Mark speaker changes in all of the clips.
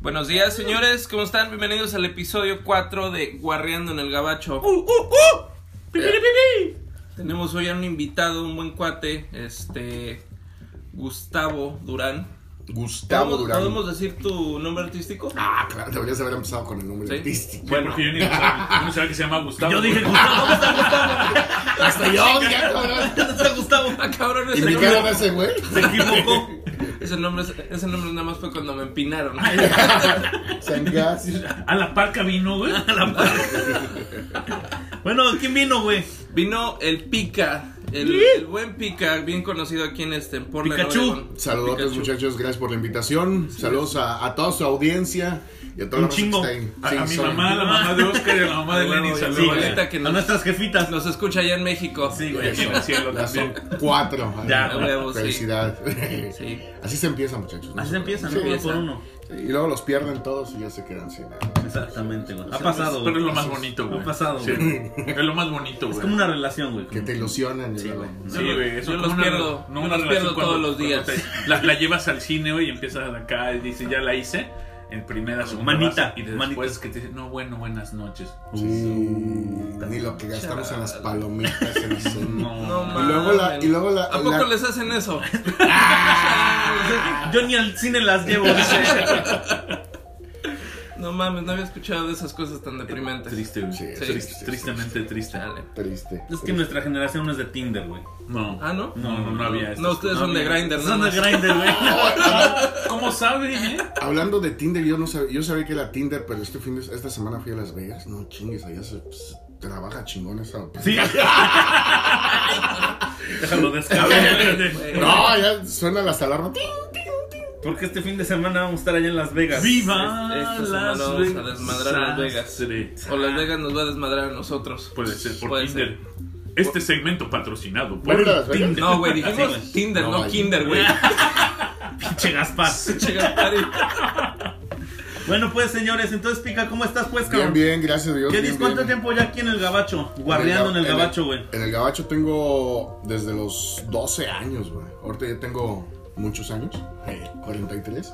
Speaker 1: Buenos días, señores. ¿Cómo están? Bienvenidos al episodio 4 de Guarreando en el Gabacho.
Speaker 2: ¡Uh,
Speaker 1: Tenemos hoy a un invitado, un buen cuate, este Gustavo Durán.
Speaker 3: Gustavo
Speaker 1: ¿Podemos-
Speaker 3: Durán.
Speaker 1: ¿Podemos decir tu nombre artístico?
Speaker 3: Ah, claro, deberías haber empezado con el nombre
Speaker 1: Sí.
Speaker 3: artístico.
Speaker 1: Bueno,
Speaker 4: Bueno, yo ni yo no sabía que se llama Gustavo.
Speaker 2: Yo dije, Gustavo, ¿dónde está Gustavo?
Speaker 3: Hasta yo, dije, cabrón.
Speaker 2: ¿Dónde está Gustavo?
Speaker 1: ah, cabrón,
Speaker 3: ¿Y
Speaker 1: ese
Speaker 3: me quedo
Speaker 1: nombre,
Speaker 3: de ese güey?
Speaker 2: Se equivocó.
Speaker 1: ese nombre, ese nombre nada más fue cuando me empinaron.
Speaker 3: Sangas.
Speaker 4: A la parca vino, güey.
Speaker 2: A la par- bueno, ¿quién vino, güey?
Speaker 1: Vino el Pica, el, el buen Pica, bien conocido aquí en este en Portland,
Speaker 2: Pikachu.
Speaker 1: Oregon.
Speaker 3: Saludos,
Speaker 1: Pikachu.
Speaker 3: muchachos. Gracias por la invitación. Saludos a, a toda su audiencia y a toda
Speaker 2: Un
Speaker 3: la raza que
Speaker 2: chingo.
Speaker 3: está ahí.
Speaker 4: A,
Speaker 3: Sí,
Speaker 4: a mi
Speaker 3: son-
Speaker 4: mamá, a la mamá de Oscar y a la mamá de
Speaker 1: Sí,
Speaker 4: Lenin.
Speaker 1: sí,
Speaker 4: Saludos.
Speaker 1: sí,
Speaker 4: güey.
Speaker 1: neta que
Speaker 2: A
Speaker 1: nos,
Speaker 2: nuestras jefitas.
Speaker 1: nos escucha allá en México.
Speaker 2: Sí, güey.
Speaker 4: Y en el cielo
Speaker 3: Las son
Speaker 4: también.
Speaker 3: cuatro.
Speaker 2: Ya,
Speaker 3: Ay,
Speaker 1: a huevo, sí.
Speaker 3: Felicidad.
Speaker 1: Sí.
Speaker 3: Así se empieza, muchachos.
Speaker 2: Así se empieza, ¿no?
Speaker 3: Sí,
Speaker 2: Uno
Speaker 1: empieza.
Speaker 2: por uno.
Speaker 3: Y luego los pierden todos y ya se quedan sin nada.
Speaker 2: Exactamente, güey. Ha pasado,
Speaker 4: Pero es
Speaker 2: güey.
Speaker 4: lo más bonito, güey.
Speaker 2: Ha pasado,
Speaker 4: Sí.
Speaker 2: güey.
Speaker 4: Es lo más bonito, güey.
Speaker 2: Es como una relación, güey.
Speaker 3: Que te ilusionan. y
Speaker 2: Sí,
Speaker 3: luego-
Speaker 2: güey.
Speaker 4: Sí,
Speaker 1: Yo
Speaker 4: güey,
Speaker 1: los-
Speaker 4: eso
Speaker 1: yo
Speaker 4: como
Speaker 1: los
Speaker 4: una-
Speaker 1: pierdo,
Speaker 4: no
Speaker 1: yo
Speaker 4: una
Speaker 1: los
Speaker 4: relación
Speaker 1: pierdo todos
Speaker 4: cuando-
Speaker 1: los días.
Speaker 4: cuando te- la, la llevas al cine, güey, y empiezas acá y dices, ya la hice. En primera, segunda.
Speaker 2: Manita,
Speaker 4: vas, Y después
Speaker 2: manita.
Speaker 4: que te dicen, no, bueno, buenas noches.
Speaker 3: Sí, Ni lo que gastamos en las palomitas en el cine.
Speaker 1: No
Speaker 3: Y luego la-
Speaker 1: mames.
Speaker 3: y luego la-
Speaker 1: ¿A poco
Speaker 3: la-
Speaker 1: les hacen eso?
Speaker 2: Yo ni al cine las llevo, dice.
Speaker 1: No mames, no había escuchado de esas cosas tan deprimentes.
Speaker 4: Triste, güey.
Speaker 3: Sí,
Speaker 4: Triste,
Speaker 1: sí,
Speaker 3: sí,
Speaker 4: tristemente triste.
Speaker 1: Chale.
Speaker 3: Triste.
Speaker 2: Es que nuestra generación no es de Tinder, güey.
Speaker 4: No.
Speaker 1: Ah, ¿no?
Speaker 4: No, no, no había esto.
Speaker 1: No, ustedes son de
Speaker 4: había-
Speaker 1: Grindr, ¿no?
Speaker 2: Son de Grindr, güey.
Speaker 4: ¿Cómo saben, eh?
Speaker 3: Hablando de Tinder, yo no sabía, yo sabía que era Tinder, pero este fin de, esta semana fui a Las Vegas. No chingues, allá se, se trabaja chingón esa.
Speaker 2: Sí. Déjalo descargar.
Speaker 3: No, allá suena las alarmas. ¡Ting!
Speaker 2: Porque este fin de semana vamos a estar allá en Las Vegas.
Speaker 4: ¡Viva!
Speaker 1: Esta
Speaker 4: Las
Speaker 1: semana vamos a
Speaker 4: Vegas.
Speaker 1: desmadrar Las Vegas.
Speaker 4: Sastre.
Speaker 1: O Las Vegas nos va a desmadrar a nosotros.
Speaker 4: Puede ser por
Speaker 1: Puede
Speaker 4: Tinder.
Speaker 1: ser.
Speaker 4: Este segmento patrocinado
Speaker 3: ¿Van
Speaker 4: por
Speaker 3: a ir a Las Vegas?
Speaker 4: Tinder.
Speaker 1: No, güey,
Speaker 2: Sí,
Speaker 1: dijimos
Speaker 2: güey.
Speaker 1: Tinder,
Speaker 3: No,
Speaker 1: no
Speaker 3: ahí.
Speaker 1: Kinder, güey.
Speaker 2: Pinche Gaspar.
Speaker 1: Che, Gaspari.
Speaker 2: Bueno, pues, señores, entonces, Pica, ¿cómo estás, pues,
Speaker 3: Bien,
Speaker 2: cabrón?
Speaker 3: bien, gracias a Dios.
Speaker 2: ¿Qué
Speaker 3: bien,
Speaker 2: dices? ¿Cuánto
Speaker 3: bien.
Speaker 2: tiempo ya aquí en el gabacho? Guardeando en el gabacho, güey.
Speaker 3: En el gabacho tengo desde los 12 años, güey. Ahorita ya tengo muchos años, eh, 43.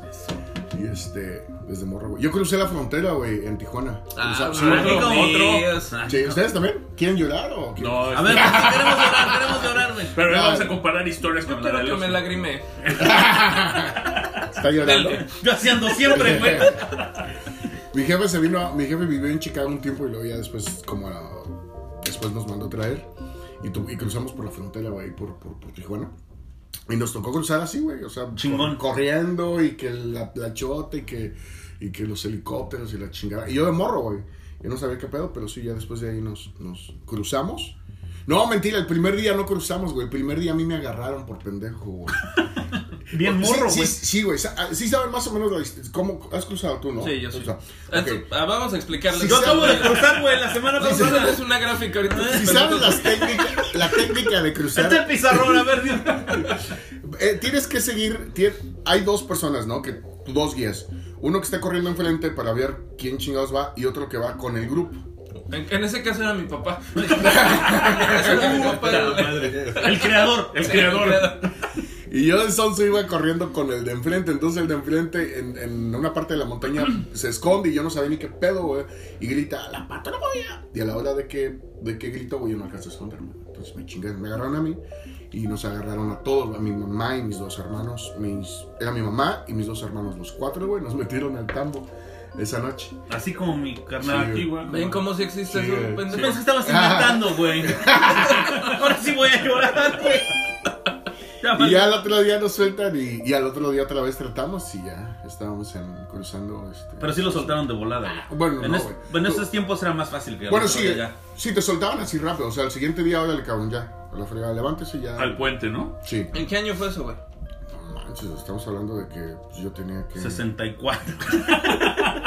Speaker 3: Y este, desde morro, güey. Yo crucé la frontera, güey, en Tijuana.
Speaker 1: Ah,
Speaker 3: Cruzamos-
Speaker 2: bueno.
Speaker 1: otro,
Speaker 4: Otro.
Speaker 1: Dios.
Speaker 3: Sí, ¿Ustedes también? ¿Quieren llorar o qué?
Speaker 4: No,
Speaker 2: A ver,
Speaker 4: este-
Speaker 2: pues, queremos llorar, queremos llorar, güey.
Speaker 4: pero ahora
Speaker 3: no.
Speaker 4: vamos a comparar historias
Speaker 1: Yo
Speaker 4: con la
Speaker 1: quiero
Speaker 4: de
Speaker 1: que
Speaker 4: los-
Speaker 1: me lagrime.
Speaker 3: ¿Está llorando?
Speaker 1: Dale.
Speaker 2: Yo así ando siempre, güey.
Speaker 3: Mi jefe se vino, a- mi jefe vivió en Chicago un tiempo y luego ya después, como a- después nos mandó a traer. Y, tu- y cruzamos por la frontera, güey, por, por, por Tijuana. Y nos tocó cruzar así, güey, o sea,
Speaker 2: Chingón.
Speaker 3: cor- corriendo y que la plachota y que, y que los helicópteros y la chingada. Y yo de morro, güey. Yo no sabía qué pedo, pero sí, ya después de ahí nos, nos cruzamos. No, mentira, el primer día no cruzamos, güey. El primer día a mí me agarraron por pendejo, güey.
Speaker 2: Bien
Speaker 3: Sí,
Speaker 2: morro,
Speaker 3: sí,
Speaker 2: güey.
Speaker 3: Sí, güey. sa- ah, Sí, saben más o menos la dist- cómo has cruzado tú, ¿no?
Speaker 1: Sí, yo sí.
Speaker 3: O sea,
Speaker 1: Esto-
Speaker 3: ok.
Speaker 1: ah, Vamos a explicarles.
Speaker 3: Sí,
Speaker 2: Yo
Speaker 3: sí,
Speaker 2: acabo
Speaker 3: güey.
Speaker 2: de cruzar, güey, la semana
Speaker 1: Vamos a
Speaker 2: pasada.
Speaker 1: hacerles una gráfica ahorita.
Speaker 3: Si sabes las técnicas, la técnica de
Speaker 2: Este el
Speaker 3: cruzar,
Speaker 2: pizarrón, a ver, Dios.
Speaker 3: eh, tienes que seguir. tie- hay dos personas, ¿no? Que dos guías. Uno que está corriendo enfrente para ver quién chingados va y otro que va con el grupo.
Speaker 1: En, en ese caso era mi papá. En ese caso era mi papá.
Speaker 2: El creador.
Speaker 4: El creador.
Speaker 3: Y yo de sonso iba corriendo con el de enfrente. Entonces el de enfrente en, en una parte de la montaña se esconde y yo no sabía ni qué pedo, güey. Y grita, "¡A la pata no podía. Y a la hora de que, de que grito, güey, yo no alcanzo a esconderme. Entonces me chingaron, me agarraron a mí y nos agarraron a todos, a mi mamá y mis dos hermanos. Mis, era mi mamá y mis dos hermanos, los cuatro, güey, nos metieron al tambo esa noche.
Speaker 2: Así como mi
Speaker 4: Ah,
Speaker 2: carnal.
Speaker 4: aquí, güey.
Speaker 1: Ven cómo si existe
Speaker 3: Sí,
Speaker 1: eso,
Speaker 3: sí. Ah.
Speaker 2: Yo
Speaker 1: pendejo.
Speaker 2: pensé que estabas inventando, güey. Ahora sí voy a llorar, güey. Ya,
Speaker 3: Y
Speaker 2: vale.
Speaker 3: ya al otro día nos sueltan y, y al otro día otra vez tratamos y ya estábamos en- cruzando. Este,
Speaker 2: Pero sí lo soltaron de volada, güey.
Speaker 3: Bueno,
Speaker 2: en,
Speaker 3: no,
Speaker 2: es-
Speaker 3: güey.
Speaker 2: en esos tiempos era más fácil, que
Speaker 3: Bueno,
Speaker 2: ahora,
Speaker 3: sí,
Speaker 2: ya.
Speaker 3: sí, te soltaban así rápido. O sea, al siguiente día, órale, cabrón, ya. A la fregada, levántese y ya.
Speaker 4: Al puente, ¿no?
Speaker 3: Sí.
Speaker 1: ¿En qué año fue eso, güey?
Speaker 3: No manches, estamos hablando de que pues, yo tenía que.
Speaker 2: 64.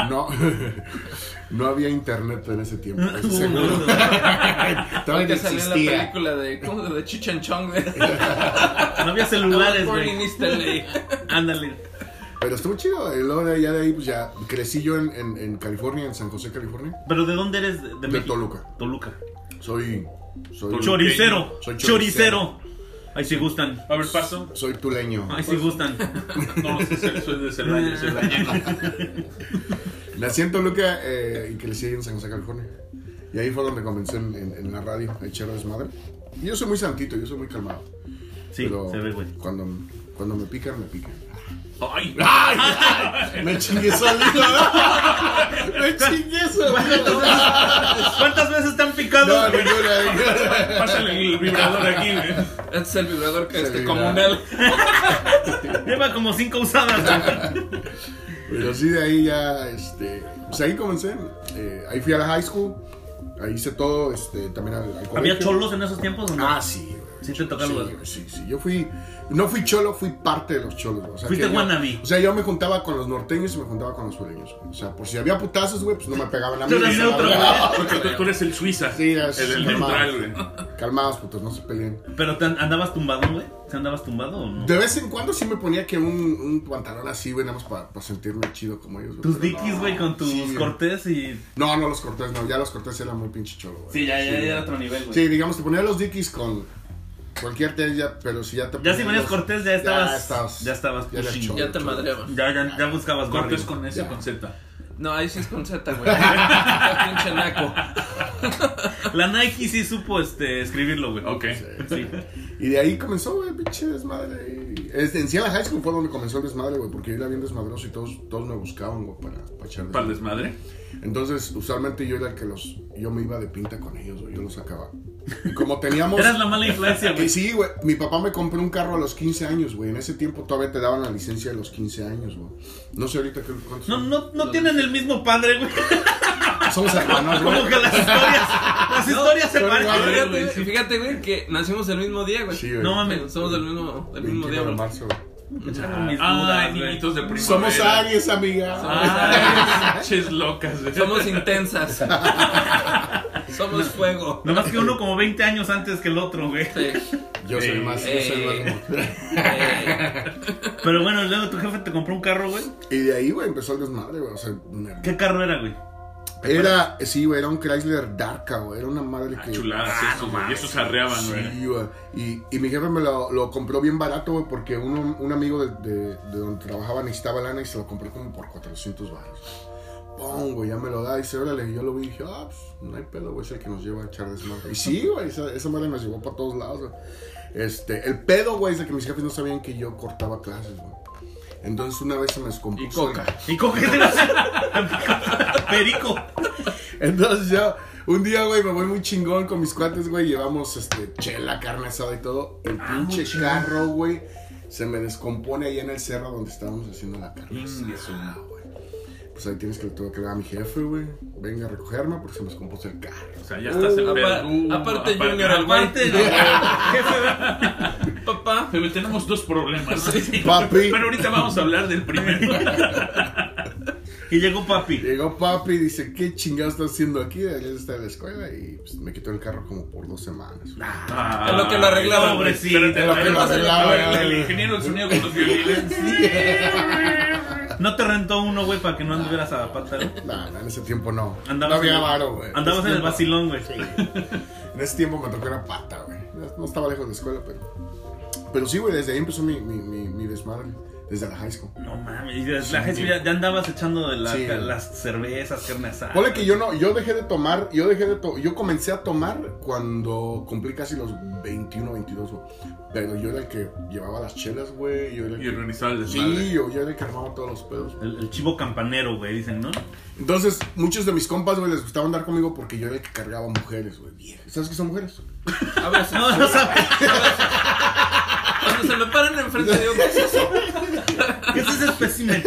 Speaker 3: No, no había internet en ese tiempo, eso seguro. Todavía no
Speaker 1: Que salió en la
Speaker 3: existía.
Speaker 1: película de. ¿Cómo? De Chich and Chong. De
Speaker 2: No había celulares,
Speaker 1: Morning
Speaker 2: güey.
Speaker 1: Easterly.
Speaker 2: Ándale.
Speaker 3: Pero estuvo chido. Y luego de- ya de ahí, pues ya crecí yo en, en- en California, en San José, California.
Speaker 2: ¿Pero de dónde eres? De, de
Speaker 3: De
Speaker 2: México?
Speaker 3: Toluca.
Speaker 2: Toluca.
Speaker 3: Soy. soy
Speaker 2: Choricero.
Speaker 3: Soy choricero.
Speaker 2: choricero. pues, Ahí sí gustan.
Speaker 4: A ver, paso.
Speaker 3: Soy tuleño.
Speaker 2: Ahí sí gustan.
Speaker 4: No, sí, soy- soy de Celaya, Celaya.
Speaker 3: Nací en Toluca eh, y crecí en San José, California. Y ahí fue donde comencé en, en- en la radio, a echar desmadre. Y yo soy muy santito, yo soy muy calmado.
Speaker 2: Sí, se ve, güey.
Speaker 3: Cuando, cuando me pican, me pican.
Speaker 4: Ay,
Speaker 3: ¡Ay! ay, Me chingué solito. Me chingué solito.
Speaker 2: ¿Cuántas veces te han picado?
Speaker 3: No, ninguna, ninguna.
Speaker 4: pásale el vibrador aquí, ¿eh? güey.
Speaker 1: Este es el vibrador que
Speaker 3: El
Speaker 1: este
Speaker 3: vibrador.
Speaker 1: comunal.
Speaker 2: Lleva como cinco usadas. güey.
Speaker 3: Pero sí, de ahí ya, este, pues ahí comencé. Eh, ahí fui a la high school. Ahí hice todo, este, también al, al
Speaker 2: ¿Había
Speaker 3: colegio.
Speaker 2: cholos en esos tiempos o no?
Speaker 3: Ah, sí. güey.
Speaker 2: Sí te toca
Speaker 3: Sí,
Speaker 2: algo.
Speaker 3: güey, sí, sí. Yo fui, no fui cholo, fui parte de los cholos. güey. O sea,
Speaker 2: Fuiste
Speaker 3: que yo-
Speaker 2: wannabe.
Speaker 3: O sea, yo me juntaba con los norteños y me juntaba con los sureños. güey. O sea, por si había putazos, güey, pues no me pegaban a mí.
Speaker 2: Tú eres
Speaker 3: me pegaban
Speaker 2: neutro,
Speaker 3: a-
Speaker 4: Porque tú, tú eres el Suiza.
Speaker 3: Sí,
Speaker 4: el,
Speaker 3: es-
Speaker 4: del neutral, güey.
Speaker 3: Calmados, putos, no se peleen.
Speaker 2: ¿Pero te an- andabas tumbado, güey? ¿Te andabas tumbado o no?
Speaker 3: De vez en cuando sí me ponía que un, un pantalón así, güey, nada más para sentirme chido como ellos. güey,
Speaker 2: Tus
Speaker 3: pero no.
Speaker 2: dickies, güey, con tus
Speaker 3: Sí, güey.
Speaker 2: cortés y...
Speaker 3: No, no, los cortés, no. Ya los cortés eran muy pinche cholo, güey. güey.
Speaker 2: nivel,
Speaker 3: Sí, digamos, te ponía los dickies con cualquier tez, ya, pero si ya te
Speaker 2: Ya si
Speaker 3: ponías
Speaker 2: ponías
Speaker 3: los-
Speaker 2: cortés, ya estabas- ya estabas
Speaker 3: eras
Speaker 2: pushing.
Speaker 3: cholo,
Speaker 1: Ya te
Speaker 3: cholo.
Speaker 1: madreaban.
Speaker 2: Ya, ya, ya buscabas
Speaker 4: Cortes
Speaker 2: barrio.
Speaker 4: con S
Speaker 3: Ya.
Speaker 4: o con Z.
Speaker 1: No, ahí sí es con Z, güey. Pinche naco.
Speaker 2: La Nike sí supo este, escribirlo, güey.
Speaker 4: Ok.
Speaker 2: Sí.
Speaker 3: Y de ahí comenzó, güey, pinche desmadre. Y, Este, en sí, en la high school fue donde comenzó el desmadre, güey, porque yo era bien desmadroso y todos, todos me buscaban, güey, para, para echar
Speaker 4: Para el
Speaker 3: desmadre.
Speaker 4: desmadre.
Speaker 3: Entonces, usualmente yo era el que los. Yo me iba de pinta con ellos, güey, yo los sacaba. Y como teníamos.
Speaker 2: Eras la mala influencia,
Speaker 3: Que
Speaker 2: güey.
Speaker 3: sí, güey. Mi papá me compró un carro a los 15 años, güey. En ese tiempo todavía te daban la licencia de los 15 años, güey. No sé ahorita qué, cuántos.
Speaker 2: No,
Speaker 3: son.
Speaker 2: no, no tienen el mismo padre, güey.
Speaker 3: Somos hermanos, güey.
Speaker 2: Como que las historias, las historias se
Speaker 3: son
Speaker 2: parecen.
Speaker 3: iguales.
Speaker 1: Fíjate,
Speaker 2: güey.
Speaker 1: güey, fíjate, güey, que nacimos el mismo día, güey.
Speaker 3: Sí, güey.
Speaker 2: No mames.
Speaker 1: Somos del mismo, del mismo
Speaker 3: 21
Speaker 1: día,
Speaker 3: de
Speaker 1: güey.
Speaker 3: marzo, güey.
Speaker 2: Mis
Speaker 4: Ay,
Speaker 2: dudas, güey.
Speaker 4: niñitos Ah, de primavera.
Speaker 3: Somos Aries, amiga.
Speaker 2: Ah.
Speaker 4: Ay, pinches locas, güey.
Speaker 1: Somos intensas. Somos fuego.
Speaker 2: Nomás que uno como 20 años antes que el otro, güey.
Speaker 1: Sí.
Speaker 3: Yo soy
Speaker 4: Eh,
Speaker 3: más, yo soy
Speaker 1: eh.
Speaker 3: más. como-
Speaker 1: Eh,
Speaker 2: Pero bueno, luego tu jefe te compró un carro, güey.
Speaker 3: Y de ahí, güey, empezó el desmadre, güey. O sea, me-
Speaker 2: ¿Qué carro era, güey?
Speaker 3: era, sí, güey, era un Chrysler Darka, güey. Era una madre
Speaker 4: Ah,
Speaker 3: que.
Speaker 4: Chuladas, esos, güey. Y esos arreaban, güey.
Speaker 3: Sí, güey. Y, y mi jefe me lo, lo compró bien barato, güey, porque uno- un amigo de, de- de donde trabajaba necesitaba lana y se lo compró como por 400 baros. Pum, güey, ya me lo da. Dice, órale, y yo lo vi y dije, ah, pues, no hay pedo, güey, es el que nos lleva a echar desmadre. Y sí, güey, esa, esa madre nos llevó para todos lados, güey. Este, el pedo, güey, es de que mis jefes no sabían que yo cortaba clases, güey. Entonces una vez se me descompuso.
Speaker 1: y coca.
Speaker 2: ¿Y con qué te vas a Perico.
Speaker 3: Entonces yo, un día, güey, me voy muy chingón con mis cuates, güey. Llevamos este, chela, carne asada y todo. El pinche carro, güey, se me descompone ahí en el cerro donde estábamos haciendo la carne
Speaker 4: Ingue su
Speaker 3: asada, güey. Pues ahí tienes que le tuve que dar a mi jefe, güey. Venga a recogerme porque se me descompuso el carro.
Speaker 4: O sea, ya estás en
Speaker 1: Apa-
Speaker 4: pedo. Uh,
Speaker 1: aparte,
Speaker 4: aparte-
Speaker 1: Junior, el güey.
Speaker 2: Aparte, güey, jefe,
Speaker 1: Papá.
Speaker 4: Pero tenemos dos problemas.
Speaker 3: Papi.
Speaker 4: Pero ahorita vamos a hablar del primero.
Speaker 2: y llegó papi.
Speaker 3: Llegó papi y dice, ¿qué chingado estás haciendo aquí? Ya está en la escuela y pues, me quitó el carro como por dos semanas. güey.
Speaker 4: Ah,
Speaker 1: En lo que lo arreglaban,
Speaker 4: pobre,
Speaker 1: güey.
Speaker 4: sí. Espérate,
Speaker 3: En lo
Speaker 4: a
Speaker 3: que
Speaker 4: ver,
Speaker 3: lo
Speaker 4: vas a-
Speaker 3: arreglaban.
Speaker 4: a ver, El ingeniero del sonido con los violines.
Speaker 2: ¿No te rentó uno, güey, para que no anduvieras a la pata, güey?
Speaker 3: Nah, nah, en ese tiempo no.
Speaker 2: Andabas
Speaker 3: no había
Speaker 2: en el-
Speaker 3: varo, güey.
Speaker 2: Andabas en el
Speaker 3: vacío.
Speaker 2: vacilón, güey.
Speaker 3: En ese tiempo me tocó una pata, güey. No- No estaba lejos de la escuela, pero. Pero sí, güey, desde ahí empezó mi, mi, mi, mi desmadre. Desde la high school.
Speaker 2: No mames, y la la jefe ya, ya andabas echando de la-
Speaker 3: Sí.
Speaker 2: las cervezas, carne asada.
Speaker 3: Ponle que yo no, yo dejé de tomar, yo dejé de to- yo comencé a tomar cuando cumplí casi los 21, 22, güey. Pero yo era el que llevaba las chelas, güey. Yo era el
Speaker 4: Y
Speaker 3: que.
Speaker 4: organizaba el desmadre.
Speaker 3: Sí, yo, yo era el que armaba todos los pedos.
Speaker 2: El, el chivo campanero, güey, dicen, ¿no?
Speaker 3: Entonces, muchos de mis compas, güey, les gustaba andar conmigo porque yo era el que cargaba mujeres, güey. Bien. ¿Sabes qué son mujeres?
Speaker 1: A ver, se-
Speaker 2: No, no sabes.
Speaker 1: cuando se me paran enfrente de un
Speaker 2: ¿Qué es ese espécimen?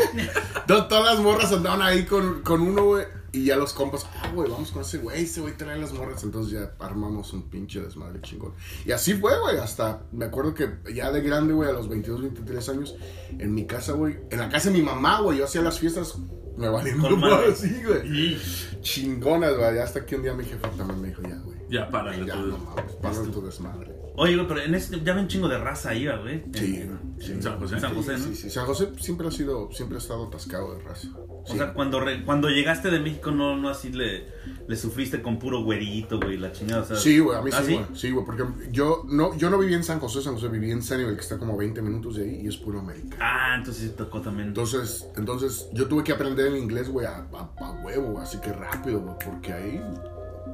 Speaker 3: To- Todas las morras andaban ahí con, con uno, güey. Y ya los compas, ah, güey, vamos con ese güey, ese güey trae las morras. Entonces ya armamos un pinche desmadre chingón. Y así fue, güey, hasta me acuerdo que ya de grande, güey, a los 22, 23 años, en mi casa, güey, en la casa de mi mamá, güey, yo hacía las fiestas, me valían
Speaker 2: Con
Speaker 3: un
Speaker 2: madre.
Speaker 3: así, güey. Chingonas, güey. Hasta que un día mi jefa también me dijo, ya, güey.
Speaker 4: Ya, párale
Speaker 3: Ya,
Speaker 4: todo.
Speaker 3: no mames, pasa tu desmadre.
Speaker 2: Oye, güey, pero en ese, ya ve un chingo de raza iba, güey.
Speaker 3: Sí, sí.
Speaker 4: En San José.
Speaker 2: En San José, ¿no?
Speaker 3: Sí, sí, San José siempre ha sido, siempre ha estado atascado de raza.
Speaker 2: O sea, cuando, re- cuando llegaste de México, no, no así le, le sufriste con puro güerito, güey, la chingada. O sea,
Speaker 3: Sí, güey, a mí
Speaker 2: ¿Ah,
Speaker 3: sí, güey. Sí, güey, porque yo no, yo no viví en San José, San José, viví en Sanibel, que está como 20 minutos de ahí y es puro América.
Speaker 2: Ah, entonces sí tocó también.
Speaker 3: Entonces, entonces yo tuve que aprender el inglés, güey, a, a- a huevo, así que rápido, güey, porque ahí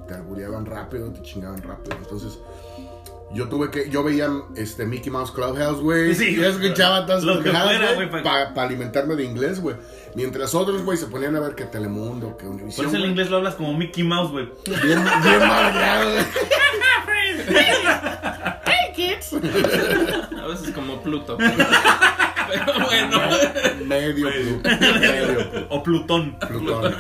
Speaker 3: te albureaban rápido, te chingaban rápido. Entonces, yo tuve que, yo veía este Mickey Mouse Clubhouse, güey,
Speaker 2: Sí,
Speaker 3: yo escuchaba todas
Speaker 2: lo
Speaker 3: sus
Speaker 2: que
Speaker 3: pendejadas,
Speaker 2: fuera, güey,
Speaker 3: güey,
Speaker 2: pa-
Speaker 3: para alimentarme de inglés, güey. Mientras otros, güey, se ponían a ver que Telemundo, que
Speaker 2: Por
Speaker 3: Univision,
Speaker 2: eso el
Speaker 3: güey,
Speaker 2: inglés lo hablas como Mickey Mouse, güey.
Speaker 3: bien, bien madreado, güey.
Speaker 1: A veces como Pluto. Pero, pero bueno.
Speaker 3: Medio, Plu- medio Plu-
Speaker 2: O Plutón.
Speaker 3: Plutón.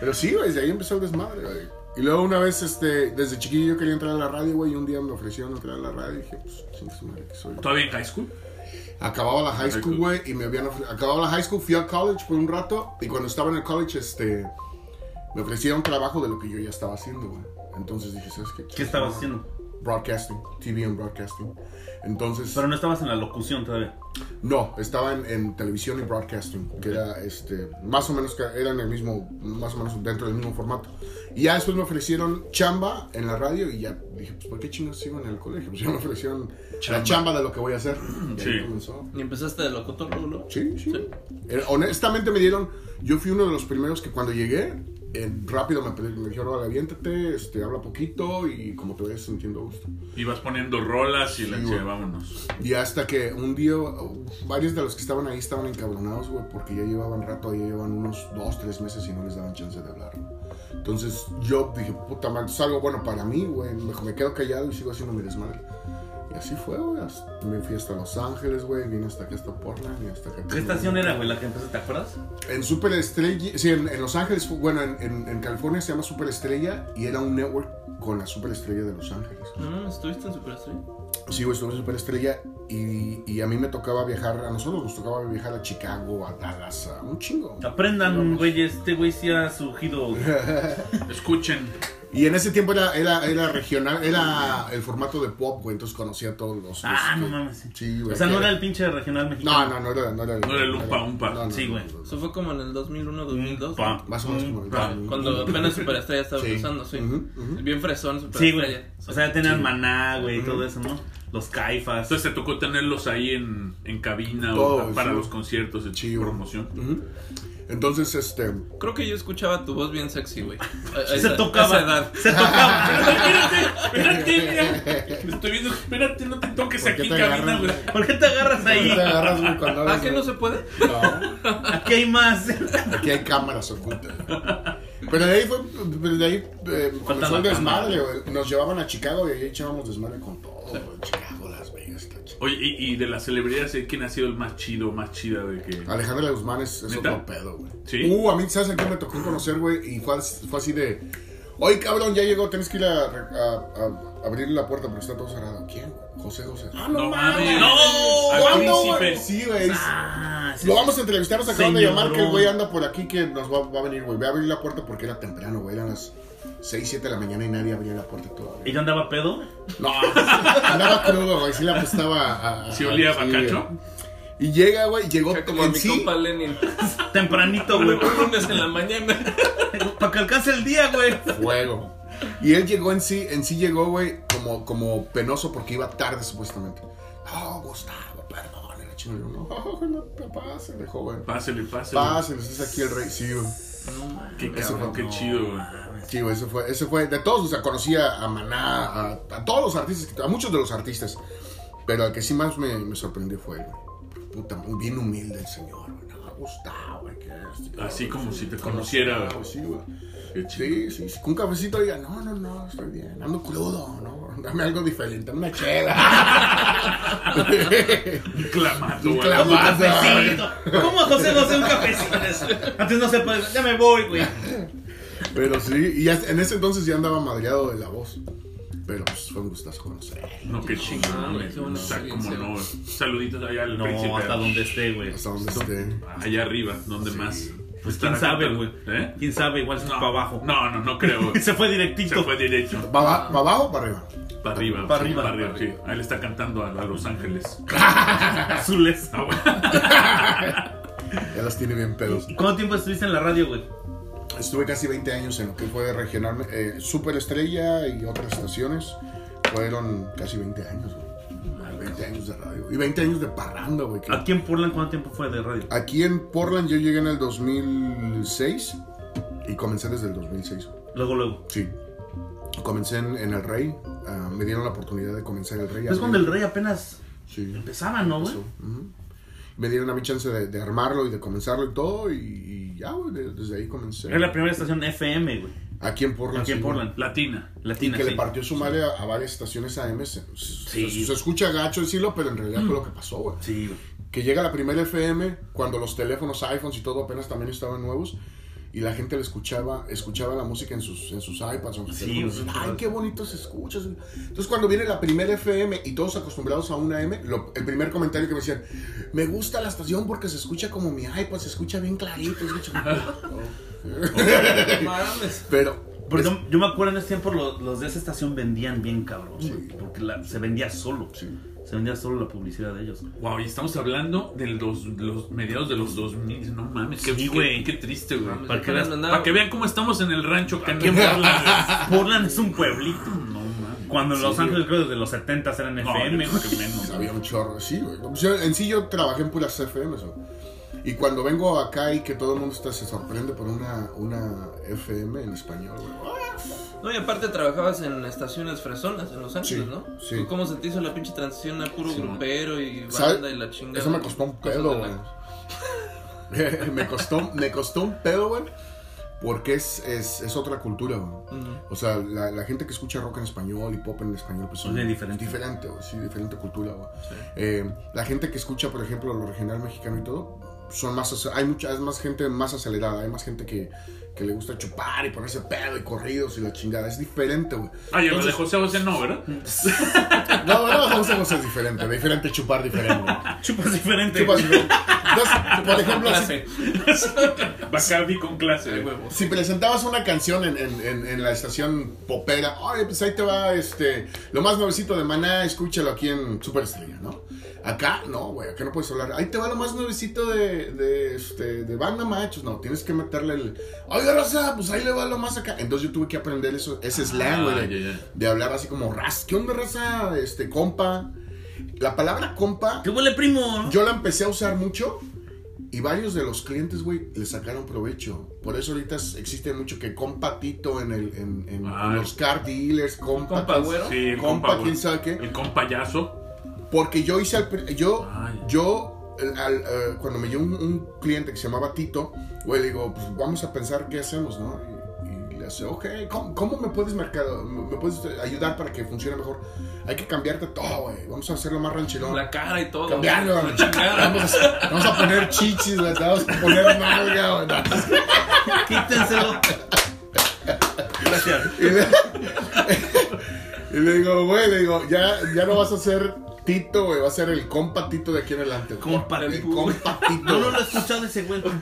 Speaker 3: Pero sí, güey, desde ahí empezó el desmadre, güey. Y luego una vez, este, desde chiquillo yo quería entrar a la radio, güey, y un día me ofrecieron entrar a la radio y dije, pues, chingue su madre, que soy.
Speaker 4: ¿Todavía en high school?
Speaker 3: Acababa la high school, güey, y me habían ofrecido, acababa la high school, fui al college por un rato, y cuando estaba en el college, este, me ofrecieron trabajo de lo que yo ya estaba haciendo, güey. Entonces dije, ¿sabes qué?
Speaker 2: ¿Qué estabas haciendo?
Speaker 3: Broadcasting, TV and broadcasting. Entonces...
Speaker 2: Pero no estabas en la locución todavía.
Speaker 3: No, estaba en, en televisión y broadcasting, que era este, más o menos, que eran el mismo, más o menos dentro del mismo formato. Y ya después me ofrecieron chamba en la radio y ya dije, pues, ¿por qué chingos sigo en el colegio? Pues ya me ofrecieron la chamba de lo que voy a hacer. Y ahí
Speaker 4: Sí.
Speaker 3: comenzó.
Speaker 1: Y empezaste de locutor, ¿no?
Speaker 3: Sí, sí. Era- Honestamente me dieron, yo fui uno de los primeros que cuando llegué, eh, rápido me, pe- me dijeron, "Órale, aviéntate, este, habla poquito y como te vayas sintiendo a gusto.
Speaker 4: Ibas poniendo rolas y la
Speaker 3: Sí,
Speaker 4: che,
Speaker 3: güey.
Speaker 4: vámonos.
Speaker 3: Y hasta que un día, uh, varios de los que estaban ahí estaban encabronados, güey, porque ya llevaban rato, ya llevaban unos dos, tres meses y no les daban chance de hablar. ¿no? Entonces yo dije, puta madre, esto es algo bueno para mí, güey, mejor me quedo callado y sigo haciendo mi desmadre. Y así fue, güey, hasta- me fui hasta Los Ángeles, güey, vine hasta acá, hasta Portland y hasta acá.
Speaker 2: ¿Qué estación era, güey, la que empezaste? ¿Te acuerdas?
Speaker 3: En Superestrella, sí, en, en Los Ángeles, fue- bueno, en, en- en California se llama Superestrella y era un network con la Superestrella de Los Ángeles.
Speaker 1: No mames, estuviste en Superestrella.
Speaker 3: Sí, güey, estuve en Superestrella y, y a mí me tocaba viajar, a nosotros nos tocaba viajar a Chicago, a Dallas, a un chingo.
Speaker 2: Aprendan, güey, este güey sí ha surgido.
Speaker 4: Escuchen.
Speaker 3: Y en ese tiempo era, era, era regional, era el formato de pop, güey, entonces conocía a todos los...
Speaker 2: Ah,
Speaker 3: los-
Speaker 2: no mames. sí.
Speaker 3: Sí, güey.
Speaker 2: O sea, no
Speaker 3: que-
Speaker 2: era el pinche regional
Speaker 3: No,
Speaker 2: mexicano.
Speaker 3: no, no era... No era,
Speaker 4: No era el Umpa Umpa.
Speaker 2: Sí, güey.
Speaker 1: Eso fue como en el 2001, 2002.
Speaker 2: Pa.
Speaker 1: ¿no?
Speaker 3: Más o
Speaker 2: Mm,
Speaker 3: menos como... el-
Speaker 4: Ah,
Speaker 1: Cuando apenas Superestrella estaba
Speaker 3: Mm, Sí.
Speaker 1: empezando, sí.
Speaker 3: Ujú, ujú.
Speaker 1: Bien fresón
Speaker 2: Sí, güey.
Speaker 1: Superestrella.
Speaker 2: O sea, tenían maná, güey, y todo eso, ¿no? Los caifas.
Speaker 4: Entonces te tocó tenerlos ahí en, en cabina o
Speaker 3: Todo,
Speaker 4: para
Speaker 3: sí.
Speaker 4: los conciertos de
Speaker 3: Sí, güey.
Speaker 4: promoción.
Speaker 3: Ujú. Entonces, este...
Speaker 1: Creo que yo escuchaba tu voz bien sexy, güey. A- a
Speaker 2: se
Speaker 1: esa-
Speaker 2: tocaba.
Speaker 1: a esa edad.
Speaker 2: Se tocaba.
Speaker 4: Espérate, mira. Me estoy viendo. Espérate, no te toques
Speaker 3: ¿Por qué
Speaker 4: aquí en
Speaker 3: te
Speaker 4: cabina,
Speaker 3: agarras,
Speaker 4: güey.
Speaker 2: ¿Por qué te agarras
Speaker 3: ¿Te
Speaker 2: ahí?
Speaker 3: agarras, güey, cuando
Speaker 1: ¿Ah,
Speaker 3: hablas,
Speaker 1: que
Speaker 3: güey?
Speaker 1: no se puede?
Speaker 3: No.
Speaker 2: Aquí hay más.
Speaker 3: Aquí hay cámaras ocultas. Pero de ahí fue, pero de ahí eh, comenzó
Speaker 2: la
Speaker 3: el desmadre, güey. Nos llevaban a Chicago y ahí echábamos desmadre con todo, güey. Chicago, Las Vegas, la ch-
Speaker 4: Oye, y, y de las celebridades, ¿eh? ¿quién ha sido el más chido, más chida de que.?
Speaker 3: Alejandra Guzmán es, es
Speaker 4: ¿Neta?
Speaker 3: otro pedo, güey.
Speaker 4: Sí.
Speaker 3: Uh, a mí, ¿sabes a quién me tocó conocer, güey? Y fue, as- fue así de. Oye, cabrón, ya llegó, tienes que ir a, a- a abrir la puerta, pero está todo cerrado. ¿Quién? José José. ¡Ah,
Speaker 4: No mames.
Speaker 2: ¡No!
Speaker 4: Al
Speaker 3: ¿Cuándo, güey?
Speaker 4: príncipe.
Speaker 3: Sí, güey.
Speaker 2: Ah, sí.
Speaker 3: Lo vamos a entrevistar, nos acaban de
Speaker 2: Señorón.
Speaker 3: llamar que el güey anda por aquí que nos va, va a venir, güey. Ve a abrir la puerta porque era temprano, güey. Eran las 6, 7 de la mañana y nadie abría la puerta
Speaker 2: ¿Y
Speaker 3: todavía.
Speaker 2: yo andaba pedo?
Speaker 3: No, andaba crudo, güey. Sí le apostaba a... a-
Speaker 4: ¿Si olía a
Speaker 3: sí,
Speaker 4: bacacho?
Speaker 3: güey. Y llega, güey, llegó
Speaker 1: O sea, como a
Speaker 3: en
Speaker 1: mi
Speaker 3: sí,
Speaker 1: compa Lenin.
Speaker 2: Tempranito, güey.
Speaker 1: Un lunes en la mañana.
Speaker 2: Para que alcance el día, güey.
Speaker 3: Fuego. Y él llegó en sí, en sí llegó, güey, como, como penoso porque iba tarde supuestamente. Oh, Gustavo, perdón, era chino. Yo, No, güey, no te pases, dejó, güey.
Speaker 4: Pásele, pásele.
Speaker 3: Pasen, es aquí el rey, sí, güey.
Speaker 1: No mames.
Speaker 4: Qué
Speaker 3: Eso
Speaker 4: cabrón,
Speaker 3: fue-
Speaker 4: qué chido, güey.
Speaker 3: Sí, güey, ese fue, ese fue de todos, o sea, conocía a Maná, a, a todos los artistas, que- a muchos de los artistas, pero al que sí más me, me sorprendió fue él, güey. Puta, muy bien humilde el señor, güey, no, Gustavo, güey, que es-
Speaker 4: Así como si te
Speaker 3: Como
Speaker 4: conociera,
Speaker 3: Gustavo,
Speaker 4: güey.
Speaker 3: Sí, güey.
Speaker 4: Qué chido.
Speaker 3: Sí, sí, sí, con un cafecito diga, no, no, no, estoy bien, ando crudo, no, dame algo diferente, una chela.
Speaker 4: Un clamado,
Speaker 3: Un
Speaker 4: güey.
Speaker 3: clamado.
Speaker 2: Un cafecito. ¿Cómo a José José un cafecito? Antes no se puede. Ya me voy, güey.
Speaker 3: pero sí, y ya- en ese entonces ya andaba madreado de la voz, pero pues fue un gustazo conocer.
Speaker 4: No,
Speaker 2: Ah,
Speaker 4: qué
Speaker 1: No,
Speaker 4: chingón,
Speaker 1: güey,
Speaker 4: güey.
Speaker 1: qué buena
Speaker 4: O sea, como
Speaker 1: experiencia,
Speaker 4: no.
Speaker 1: güey.
Speaker 4: Saluditos allá al
Speaker 2: No,
Speaker 4: príncipe.
Speaker 2: hasta donde esté, güey.
Speaker 3: Hasta donde esté.
Speaker 4: Allá arriba, donde más.
Speaker 2: Pues
Speaker 4: Estará
Speaker 2: quién sabe, güey.
Speaker 4: cantando. ¿Eh?
Speaker 2: Quién sabe, igual se fue
Speaker 4: No,
Speaker 2: para abajo.
Speaker 4: No, no, no creo. güey.
Speaker 2: Se fue directito.
Speaker 4: Se fue derecho.
Speaker 3: ¿Para abajo o para arriba?
Speaker 4: Para arriba.
Speaker 2: Para
Speaker 4: sí,
Speaker 2: arriba.
Speaker 4: Para arriba, sí. Ahí le está cantando a, a Los Ángeles.
Speaker 2: Azules.
Speaker 4: Ah, güey.
Speaker 3: Ya las tiene bien pedos.
Speaker 2: ¿Y cuánto tiempo estuviste en la radio, güey?
Speaker 3: Estuve casi 20 años en lo que fue regional, eh, Superestrella y otras estaciones. Fueron casi 20 años, güey. 20 años de radio. Y 20 años de parranda, güey. que-
Speaker 2: Aquí en Portland, ¿cuánto tiempo fue de radio?
Speaker 3: Aquí en Portland yo llegué en el 2006 y comencé desde el 2006. güey.
Speaker 2: Luego, luego.
Speaker 3: Sí. Comencé en, en El Rey. ah, me dieron la oportunidad de comenzar El Rey.
Speaker 2: Es Pues cuando el rey apenas
Speaker 3: Sí.
Speaker 2: empezaba, ¿no, güey?
Speaker 3: Eso, Pues, ujú. Me dieron a mi chance de, de armarlo y de comenzarlo y todo. Y, y ya, güey, de- desde ahí comencé.
Speaker 2: Era la primera estación FM, güey.
Speaker 3: Aquí en Portland.
Speaker 2: Aquí en
Speaker 3: sí, güey.
Speaker 2: Portland.
Speaker 4: Latina.
Speaker 3: Y
Speaker 2: Latina,
Speaker 3: que le
Speaker 2: sí.
Speaker 3: partió su madre a, a varias estaciones AM. Se,
Speaker 2: Sí.
Speaker 3: se- se escucha gacho decirlo, pero en realidad fue lo que pasó, güey.
Speaker 2: Sí, güey.
Speaker 3: Que llega la primera FM cuando los teléfonos, iPhones y todo apenas también estaban nuevos. Y la gente le escuchaba, escuchaba la música en sus, en sus iPads. o en sus
Speaker 2: Sí,
Speaker 3: teléfonos.
Speaker 2: güey.
Speaker 3: Ay, qué bonito se escucha. Entonces cuando viene la primera FM y todos acostumbrados a una M, lo- el primer comentario que me decían, me gusta la estación porque se escucha como mi iPad, se escucha bien clarito. se escucha-
Speaker 1: Mames.
Speaker 3: Pero...
Speaker 2: Porque yo, yo me acuerdo en ese tiempo los, los de esa estación vendían bien cabrón, güey, porque la- se vendía solo.
Speaker 3: Sí.
Speaker 2: Se vendía solo la publicidad de ellos. güey.
Speaker 4: Wow, y estamos hablando de los, los mediados de los 2000. No mames, qué,
Speaker 2: Sí,
Speaker 4: qué-
Speaker 2: güey.
Speaker 4: qué, triste, güey.
Speaker 2: Para
Speaker 4: Para
Speaker 2: que
Speaker 4: que,
Speaker 2: veas-
Speaker 1: para que
Speaker 4: vean cómo estamos en el rancho acá en
Speaker 2: Aquí en
Speaker 4: el- Ah.
Speaker 2: Portland, güey. Portland es un pueblito.
Speaker 4: No mames.
Speaker 2: Cuando en Los
Speaker 3: Sí,
Speaker 2: Ángeles creo desde los 70 eran
Speaker 4: No,
Speaker 2: FM,
Speaker 4: yo
Speaker 2: güey.
Speaker 4: creo que menos.
Speaker 3: Había un chorro, sí, güey. Pues yo- en sí yo trabajé en puras FM, eso. Y cuando vengo acá y que todo el mundo está, se sorprende por una, una FM en español, güey.
Speaker 1: No, y aparte trabajabas en estaciones fresonas en Los Ángeles,
Speaker 3: Sí,
Speaker 1: ¿no?
Speaker 3: sí.
Speaker 1: ¿Y ¿Cómo se te hizo la pinche transición a puro grupero y banda
Speaker 3: ¿Sabes?
Speaker 1: y la chingada?
Speaker 3: Eso me costó un
Speaker 1: Cosas
Speaker 3: pedo,
Speaker 1: de la-
Speaker 3: güey. me, costó, me costó un pedo, güey. Porque es, es, es otra cultura, güey.
Speaker 1: Ujú.
Speaker 3: O sea, la, la gente que escucha rock en español y pop en español, pues
Speaker 2: Pues es diferente.
Speaker 3: Diferente, güey, sí, diferente cultura, güey. Eh, la gente que escucha, por ejemplo, lo regional mexicano y todo, son más, ace- hay mucha, es más gente más acelerada, hay más gente que, que le gusta chupar y ponerse pedo y corridos y la chingada, es diferente, güey.
Speaker 4: Ah, ya lo de
Speaker 3: Entonces-
Speaker 4: José José no, ¿verdad?
Speaker 3: No, no, vamos a cosas diferentes, diferente chupar diferente. güey.
Speaker 2: Chupas diferente.
Speaker 3: Chupas diferente. Entonces, por ejemplo, si,
Speaker 1: Clase.
Speaker 4: Bacardi con clase, güey.
Speaker 3: si presentabas una canción en, en- en- en la estación popera, ay, pues ahí te va, este, lo más nuevecito de Maná, escúchalo aquí en Superestrella, ¿no? Acá, no, güey, acá no puedes hablar, ahí te va lo más nuevecito de, de, este, de Banda Machos, no, tienes que meterle el, oye, Rosa, pues ahí le va lo más acá. Entonces yo tuve que aprender eso, ese slang, güey, de-
Speaker 4: Ah, ya, ya.
Speaker 3: de hablar así como, ras, ¿qué onda, raza? Este, compa. La palabra compa
Speaker 2: ¿Qué huele, primo? no?
Speaker 3: yo la empecé a usar mucho y varios de los clientes, güey, le sacaron provecho. Por eso ahorita es- existe mucho que compatito en, el, en, en- en
Speaker 4: Ay.
Speaker 3: los car dealers, compa,
Speaker 1: compa
Speaker 3: quién-
Speaker 1: güero?
Speaker 4: Sí, el
Speaker 3: compa,
Speaker 4: compa, güey.
Speaker 3: quién sabe qué.
Speaker 4: El compayazo.
Speaker 3: Porque yo hice, al pri- yo,
Speaker 4: Ay.
Speaker 3: yo, el- al- eh, cuando me llegó un, un cliente que se llamaba Tito, güey, le digo, pues vamos a pensar qué hacemos, ¿no? Y, y le hace, ok, ¿cómo, cómo me puedes mercado, me puedes ayudar para que funcione mejor? Hay que cambiarte todo, güey, vamos a hacerlo más rancherón.
Speaker 1: La cara y todo.
Speaker 3: Cambiarlo,
Speaker 1: La chingada.
Speaker 3: Vamos, a- vamos a poner chichis, güey, vamos a poner nalga, güey.
Speaker 2: Quítenselo. Gracias.
Speaker 3: Y le, y le digo, güey, le digo, ya, ya no vas a ser Tito, güey, va a ser el compa Tito de aquí en adelante. güey.
Speaker 2: Compa
Speaker 3: el
Speaker 2: Tito.
Speaker 3: compa
Speaker 2: No,
Speaker 3: Tito.
Speaker 2: no lo he escuchado ese güey.
Speaker 3: Pues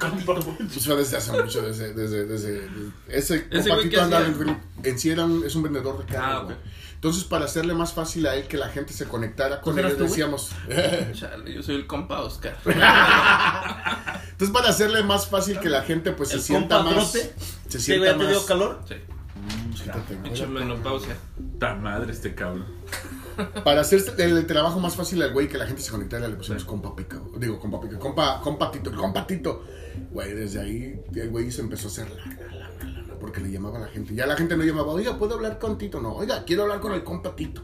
Speaker 3: fue desde hace mucho, desde, desde, desde, desde- ese
Speaker 1: Ese
Speaker 3: compa
Speaker 1: güey que
Speaker 3: Tito andaba
Speaker 1: hacía-
Speaker 3: en, grupo. en sí era un, es un vendedor de carne,
Speaker 1: Ah, ok.
Speaker 3: güey. Entonces, para hacerle más fácil a él que la gente se conectara con
Speaker 2: ¿Pues
Speaker 3: él,
Speaker 2: eras tú, güey?
Speaker 3: decíamos,
Speaker 1: Chale, yo soy el compa Oscar.
Speaker 3: Entonces para hacerle más fácil que la gente pues se
Speaker 2: El
Speaker 3: sienta
Speaker 2: compa
Speaker 3: más
Speaker 2: trote,
Speaker 3: se
Speaker 2: ¿Te,
Speaker 3: sienta más
Speaker 2: güey, te
Speaker 3: Pues,
Speaker 2: dio calor?
Speaker 1: Sí.
Speaker 3: Siéntate, güey.
Speaker 1: Pinche menopausia.
Speaker 4: Ta madre este cabrón.
Speaker 3: Para hacer este, el trabajo más fácil al güey que la gente se conectara le pusimos compa pica, güey. digo compa pica, compa, compa tito, el compa tito. Güey, desde ahí el güey se empezó a hacer larga, larga, larga, porque le llamaba a la gente. Ya la gente no llamaba, oiga, ¿puedo hablar con Tito? No, oiga, quiero hablar con el compa tito.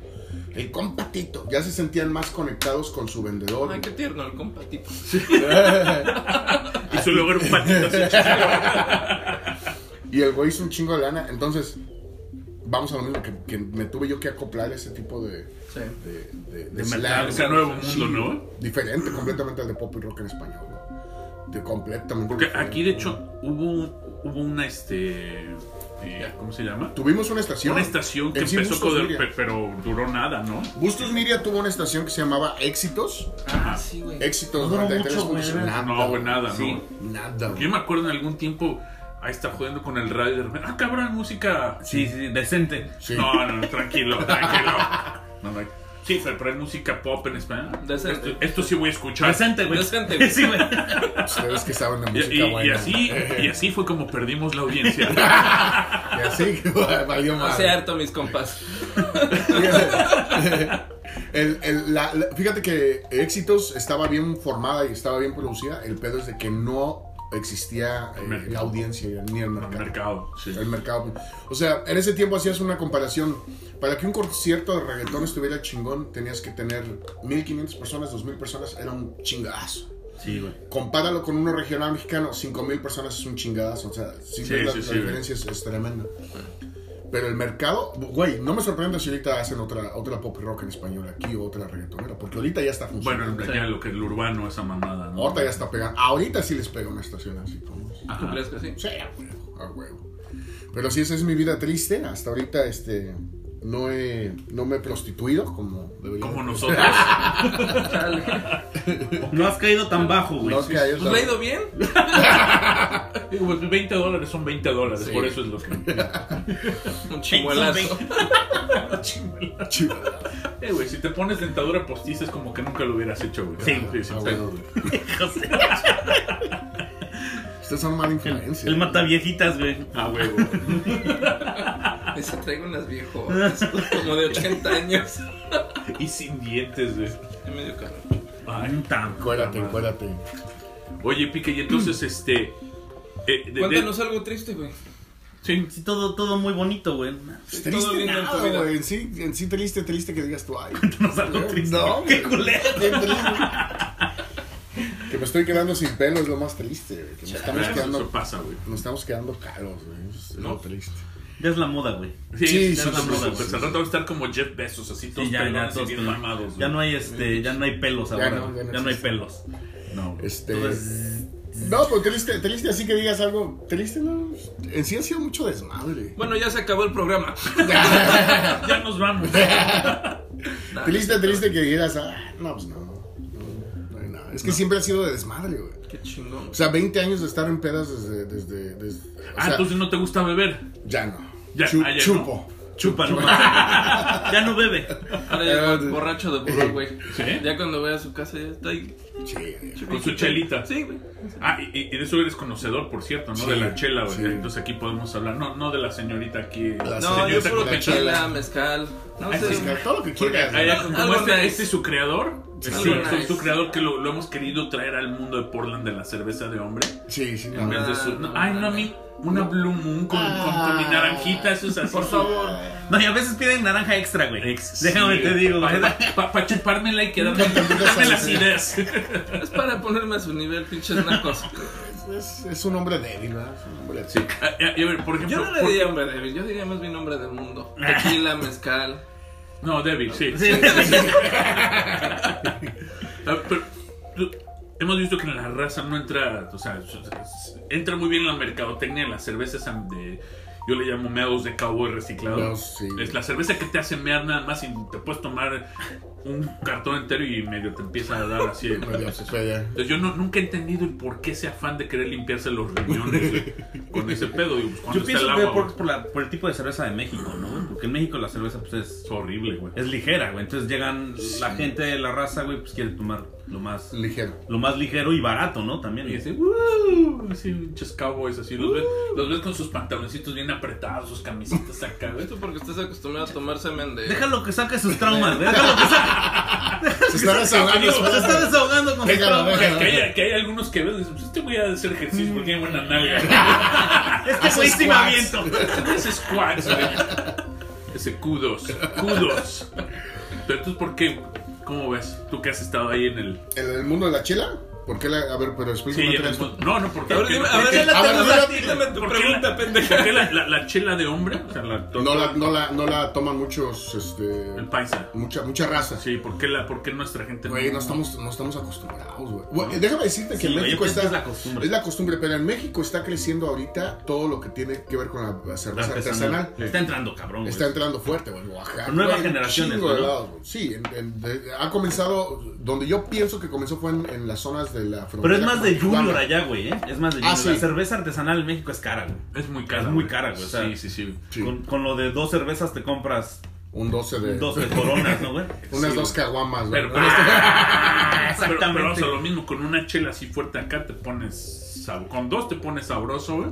Speaker 3: El compa tito. Ya se sentían más conectados con su vendedor.
Speaker 1: Ay, qué tierno, el compa Tito.
Speaker 4: Y su lugar un patito así chiquito.
Speaker 3: Y el güey hizo un chingo de lana. Entonces, vamos a lo mismo, que, que me tuve yo que acoplar ese tipo de...
Speaker 1: Sí.
Speaker 3: de, de, de slang,
Speaker 2: metal,
Speaker 4: o sea,
Speaker 3: güey.
Speaker 4: nuevo mundo, ¿no?
Speaker 3: Diferente completamente al de pop y rock en español, güey. de completamente.
Speaker 4: Porque
Speaker 3: diferente.
Speaker 4: aquí, de hecho, hubo, hubo una, este... eh, ¿Cómo se llama?
Speaker 3: Tuvimos una estación.
Speaker 4: Una estación que
Speaker 3: En sí,
Speaker 4: empezó,
Speaker 3: Bustos
Speaker 4: con-
Speaker 3: Miria.
Speaker 4: pe- pero duró nada, ¿no?
Speaker 3: Bustos Miria tuvo una estación que se llamaba Éxitos.
Speaker 1: Ah, sí, güey.
Speaker 3: Éxitos
Speaker 2: No duró
Speaker 3: 93
Speaker 2: mucho, güey, ¿verdad?
Speaker 3: Nada,
Speaker 4: No, güey, nada,
Speaker 2: Sí.
Speaker 3: Nada,
Speaker 4: ¿no? Yo
Speaker 3: güey.
Speaker 4: me acuerdo en algún tiempo a estar jugando con el radio y de repente, ah, cabrón, música.
Speaker 2: Sí, sí, sí, decente.
Speaker 3: Sí.
Speaker 4: No, no, tranquilo, tranquilo. No, no. Sí, pero pero es música pop en español.
Speaker 1: Decente.
Speaker 4: Esto, esto sí voy a escuchar.
Speaker 2: Decente, güey.
Speaker 1: Decente, güey.
Speaker 2: Sí, güey.
Speaker 3: Ustedes que saben de
Speaker 4: Y,
Speaker 3: música
Speaker 4: y- y
Speaker 3: buena.
Speaker 4: así, y así fue como perdimos la audiencia.
Speaker 3: Y así, güey, valió
Speaker 1: No
Speaker 3: más.
Speaker 1: sea harto, mis compas.
Speaker 3: El- el- la- la- fíjate que Éxitos estaba bien formada y estaba bien producida. El pedo es de que no existía eh,
Speaker 4: Mercado.
Speaker 3: la audiencia ni el
Speaker 4: El
Speaker 3: mercado.
Speaker 4: mercado, sí.
Speaker 3: El mercado. O sea, en ese tiempo hacías una comparación. Para que un concierto de reggaetón estuviera chingón, tenías que tener 1500 personas, 2000 personas. Era un chingazo.
Speaker 2: Sí, güey.
Speaker 3: Compáralo con uno regional mexicano, 5000 personas es un chingadazo. O sea, si
Speaker 4: Sí,
Speaker 3: ves la,
Speaker 4: sí,
Speaker 3: la
Speaker 4: sí,
Speaker 3: diferencia es, es tremenda. Pero el mercado, güey, no me sorprende si ahorita hacen otra, otra pop rock en español aquí o otra reggaetonera, porque ahorita ya está
Speaker 4: Bueno,
Speaker 3: funcionando.
Speaker 4: en plan, ya lo que es lo urbano, esa mamada, ¿no?
Speaker 3: ahorita ya está pegando. Ahorita sí les pega una estación así como. es.
Speaker 1: ¿Tú crees que sí?
Speaker 3: Sí, a huevo, a huevo. Pero sí, esa es mi vida triste. Hasta ahorita este, no, he, no me he prostituido como debería.
Speaker 4: Como nosotros.
Speaker 1: Chale.
Speaker 2: No has caído tan bajo, güey.
Speaker 3: No, que hay
Speaker 1: Pues
Speaker 3: otra-
Speaker 1: le ha ido bien.
Speaker 4: Digo, pues, 20 dólares son 20 dólares,
Speaker 3: Sí.
Speaker 4: por eso es lo que.
Speaker 1: Un chimuelazo.
Speaker 3: Chingada.
Speaker 4: Eh, güey, si te pones dentadura postiza es como que nunca lo hubieras hecho, güey.
Speaker 2: Sí,
Speaker 4: sí, sí.
Speaker 3: Ah,
Speaker 4: sí.
Speaker 3: bueno.
Speaker 2: José.
Speaker 3: Ustedes son mala influencia.
Speaker 2: El mata viejitas, güey.
Speaker 4: Ah, güey, güey.
Speaker 1: Dice, traigo unas viejotas. Como de 80 años.
Speaker 4: Y sin dientes, güey.
Speaker 1: De medio calor.
Speaker 4: Ay, tan.
Speaker 3: Cuélate, cuélate.
Speaker 4: Oye, Pique, y entonces, este. eh, de- de-
Speaker 1: Cuéntanos algo triste, güey.
Speaker 4: Sí.
Speaker 2: Sí, todo, todo muy bonito, güey.
Speaker 3: Es
Speaker 1: Todo
Speaker 3: Triste
Speaker 1: lindo en tu
Speaker 3: nada,
Speaker 1: vida.
Speaker 3: güey. En sí, en sí triste, triste que digas tú, ay.
Speaker 2: Nos algo triste.
Speaker 3: No,
Speaker 2: Qué
Speaker 3: güey.
Speaker 2: culero.
Speaker 3: Qué triste. Que me estoy quedando sin pelo es lo más triste, güey. Que nos estamos
Speaker 4: Eso, eso
Speaker 3: quedando,
Speaker 4: pasa, güey.
Speaker 3: nos estamos quedando calos, güey. Eso Es
Speaker 4: No.
Speaker 3: lo triste.
Speaker 2: Ya es la moda, güey.
Speaker 4: Sí,
Speaker 3: Sí,
Speaker 4: ya
Speaker 3: sí,
Speaker 4: no,
Speaker 3: sí,
Speaker 4: no,
Speaker 3: sí,
Speaker 4: no, pues
Speaker 3: sí,
Speaker 4: al
Speaker 3: sí.
Speaker 4: rato va a estar como Jeff Bezos, así todos
Speaker 2: Sí, ya, ya,
Speaker 4: pelones y
Speaker 2: todos
Speaker 4: bien
Speaker 2: pelones.
Speaker 4: mamados,
Speaker 2: Ya
Speaker 4: güey.
Speaker 2: no hay este, ya no hay pelos
Speaker 3: Ya
Speaker 2: ahora.
Speaker 3: no, ya no
Speaker 2: ya no hay
Speaker 3: existe.
Speaker 2: pelos.
Speaker 4: No, güey.
Speaker 3: Este.
Speaker 2: Entonces,
Speaker 3: No, pero triste, triste así que digas algo. Triste, no. En sí ha sido mucho desmadre.
Speaker 1: Bueno, ya se acabó el programa.
Speaker 4: Ya nos vamos.
Speaker 1: Nah,
Speaker 3: Triste, triste que digas, ah, no, pues no. No, no hay nada. Es que siempre ha sido de desmadre, güey.
Speaker 1: Qué chingón.
Speaker 3: O
Speaker 1: güey.
Speaker 3: sea, 20 años de estar en pedas desde. desde, desde- o
Speaker 4: Ah,
Speaker 3: sea,
Speaker 4: entonces no te gusta beber.
Speaker 3: Ya no.
Speaker 4: Ya-
Speaker 3: Chu-
Speaker 4: ah, ya no.
Speaker 3: chupo.
Speaker 2: chupa, no. ya no bebe.
Speaker 1: Ahora ya es borracho de burro, güey.
Speaker 4: ¿Sí?
Speaker 1: Ya cuando voy a su casa ya está ahí.
Speaker 3: Sí,
Speaker 4: Con su chelita.
Speaker 1: Sí, güey.
Speaker 4: Ah, y, y de eso eres conocedor, por cierto, ¿no?
Speaker 3: Sí,
Speaker 4: de la chela, güey.
Speaker 3: sí.
Speaker 4: Entonces aquí podemos hablar. No, no de la señorita aquí.
Speaker 3: La
Speaker 1: No, yo
Speaker 3: señorita
Speaker 1: puro
Speaker 3: con la
Speaker 1: tequila,
Speaker 3: chela.
Speaker 1: mezcal. No
Speaker 4: Ah,
Speaker 1: sé.
Speaker 4: sí,
Speaker 3: Todo lo que
Speaker 4: Porque
Speaker 3: quieras.
Speaker 4: allá,
Speaker 3: güey.
Speaker 4: como
Speaker 1: Algo
Speaker 4: este,
Speaker 1: nice.
Speaker 4: este es su creador, es
Speaker 1: Algo
Speaker 4: su,
Speaker 1: nice.
Speaker 4: su- su creador que lo, lo hemos querido traer al mundo de Portland de la cerveza de hombre.
Speaker 3: Sí, sí,
Speaker 4: En
Speaker 3: no.
Speaker 4: vez de su- no, ay, no, a mí una Blue Moon con, con,
Speaker 3: Ah.
Speaker 4: con mi naranjita, eso es así.
Speaker 1: Por favor.
Speaker 2: No, y a veces piden naranja extra, güey.
Speaker 4: Ex-
Speaker 2: Déjame
Speaker 4: sí,
Speaker 2: te digo,
Speaker 4: Para
Speaker 2: güey.
Speaker 4: chupármela y quedarme darme las ideas.
Speaker 1: Es para ponerme a su nivel, pinches nacos.
Speaker 3: Es, es un hombre débil, ¿verdad? Es un hombre
Speaker 4: Sí. A, a- a ver, por ejemplo.
Speaker 1: Yo no le
Speaker 4: por-
Speaker 1: diría hombre débil, yo diría más bien hombre del mundo. Tequila, mezcal.
Speaker 4: No, débil, sí.
Speaker 2: Sí.
Speaker 4: A ver, Ah, pero, tú- hemos visto que la raza no entra, o sea, s- s- entra muy bien la mercadotecnia en las cervezas am- de, yo le llamo meados de cowboy reciclado.
Speaker 3: Meados, sí.
Speaker 4: Es la cerveza que te hace mear nada más y te puedes tomar un cartón entero y medio te empieza a dar así.
Speaker 3: medio pedo.
Speaker 4: Entonces, yo no- nunca he entendido el por qué ese afán de querer limpiarse los riñones güey, con ese pedo. Digo, pues, ¿cuándo
Speaker 2: Yo
Speaker 4: está el
Speaker 2: pienso que
Speaker 4: agua,
Speaker 2: por,
Speaker 4: güey?
Speaker 2: por la- por el tipo de cerveza de México, ¿no? güey? Porque en México la cerveza pues es,
Speaker 4: Es horrible, güey.
Speaker 2: es ligera, güey. Entonces llegan la gente de la raza, güey, pues quiere tomar lo más
Speaker 3: Ligero.
Speaker 2: lo más ligero y barato, ¿no? También.
Speaker 4: Y
Speaker 2: güey.
Speaker 4: así, "Woo", así, muchos cowboys, así. Los, ves, los ves con sus pantaloncitos bien apretados, sus camisitas acá, güey.
Speaker 1: Esto porque estás acostumbrado a tomar semen de.
Speaker 2: Déjalo que saque sus traumas, güey. Déjalo que saque.
Speaker 3: Se está desahogando.
Speaker 2: Se está desahogando con sus
Speaker 3: Déjalo,
Speaker 2: traumas.
Speaker 3: déjalo.
Speaker 4: Que hay, que hay algunos que ves, dicen, pues este voy a hacer ejercicio porque tiene buena nalga.
Speaker 2: Este güey sí me
Speaker 3: squats.
Speaker 2: aviento.
Speaker 4: Este es squats, güey. Ese kudos, kudos. Pero entonces, ¿por qué? ¿Cómo ves? Tú que has estado ahí en el...
Speaker 3: ¿En el mundo de la chela? ¿Por qué la.? A ver, pero
Speaker 4: Sí,
Speaker 3: explícame
Speaker 4: ya
Speaker 3: otra vez.
Speaker 4: vemos. No, no, porque.
Speaker 1: A ver,
Speaker 4: porque-
Speaker 1: dime- a
Speaker 4: porque-
Speaker 1: ver,
Speaker 3: a ver,
Speaker 1: dime-
Speaker 3: dime-
Speaker 1: dime tu
Speaker 4: porque
Speaker 1: pregunta,
Speaker 4: la-
Speaker 1: pendeja.
Speaker 4: porque la, la- la chela de hombre? O sea, la,
Speaker 3: No la, no, la, no la toman muchos. Este,
Speaker 4: El paisa.
Speaker 3: mucha, mucha raza.
Speaker 4: Sí, ¿por qué, la, por qué nuestra gente
Speaker 3: Güey, no estamos, no estamos acostumbrados, güey. Güey, Déjame decirte que
Speaker 2: Sí,
Speaker 3: en
Speaker 2: güey,
Speaker 3: México
Speaker 2: es que
Speaker 3: está.
Speaker 2: es la costumbre.
Speaker 3: es la costumbre, pero en México está creciendo ahorita todo lo que tiene que ver con la cerveza
Speaker 2: Artesanal.
Speaker 3: artesanal.
Speaker 2: Está entrando, cabrón. güey.
Speaker 3: Está entrando fuerte, güey. Oaxaca. güey,
Speaker 2: Nuevas
Speaker 3: un
Speaker 2: generaciones,
Speaker 3: chingo de
Speaker 2: ¿no?
Speaker 3: lados, güey. Sí, en- en- de- ha comenzado. Donde yo pienso que comenzó fue en, en las zonas de la frontera.
Speaker 2: Pero es más de
Speaker 3: con Tijuana.
Speaker 2: Junior allá, güey, ¿eh? Es más de
Speaker 3: Ah,
Speaker 2: Junior.
Speaker 3: sí.
Speaker 2: La cerveza artesanal en México es cara, güey.
Speaker 4: Es muy cara.
Speaker 2: Es muy cara, güey, o sea-
Speaker 4: sí, sí, sí.
Speaker 3: Sí,
Speaker 2: Con, con lo de dos cervezas te compras
Speaker 3: Un 12 de.
Speaker 2: dos de coronas, ¿no, güey?
Speaker 3: unas
Speaker 4: sí,
Speaker 3: dos caguamas, güey.
Speaker 4: Pero, pero, pero,
Speaker 2: Ah, exactamente.
Speaker 4: pero vamos a lo mismo, con una chela así fuerte acá te pones. sab- Con dos te pones sabroso, güey.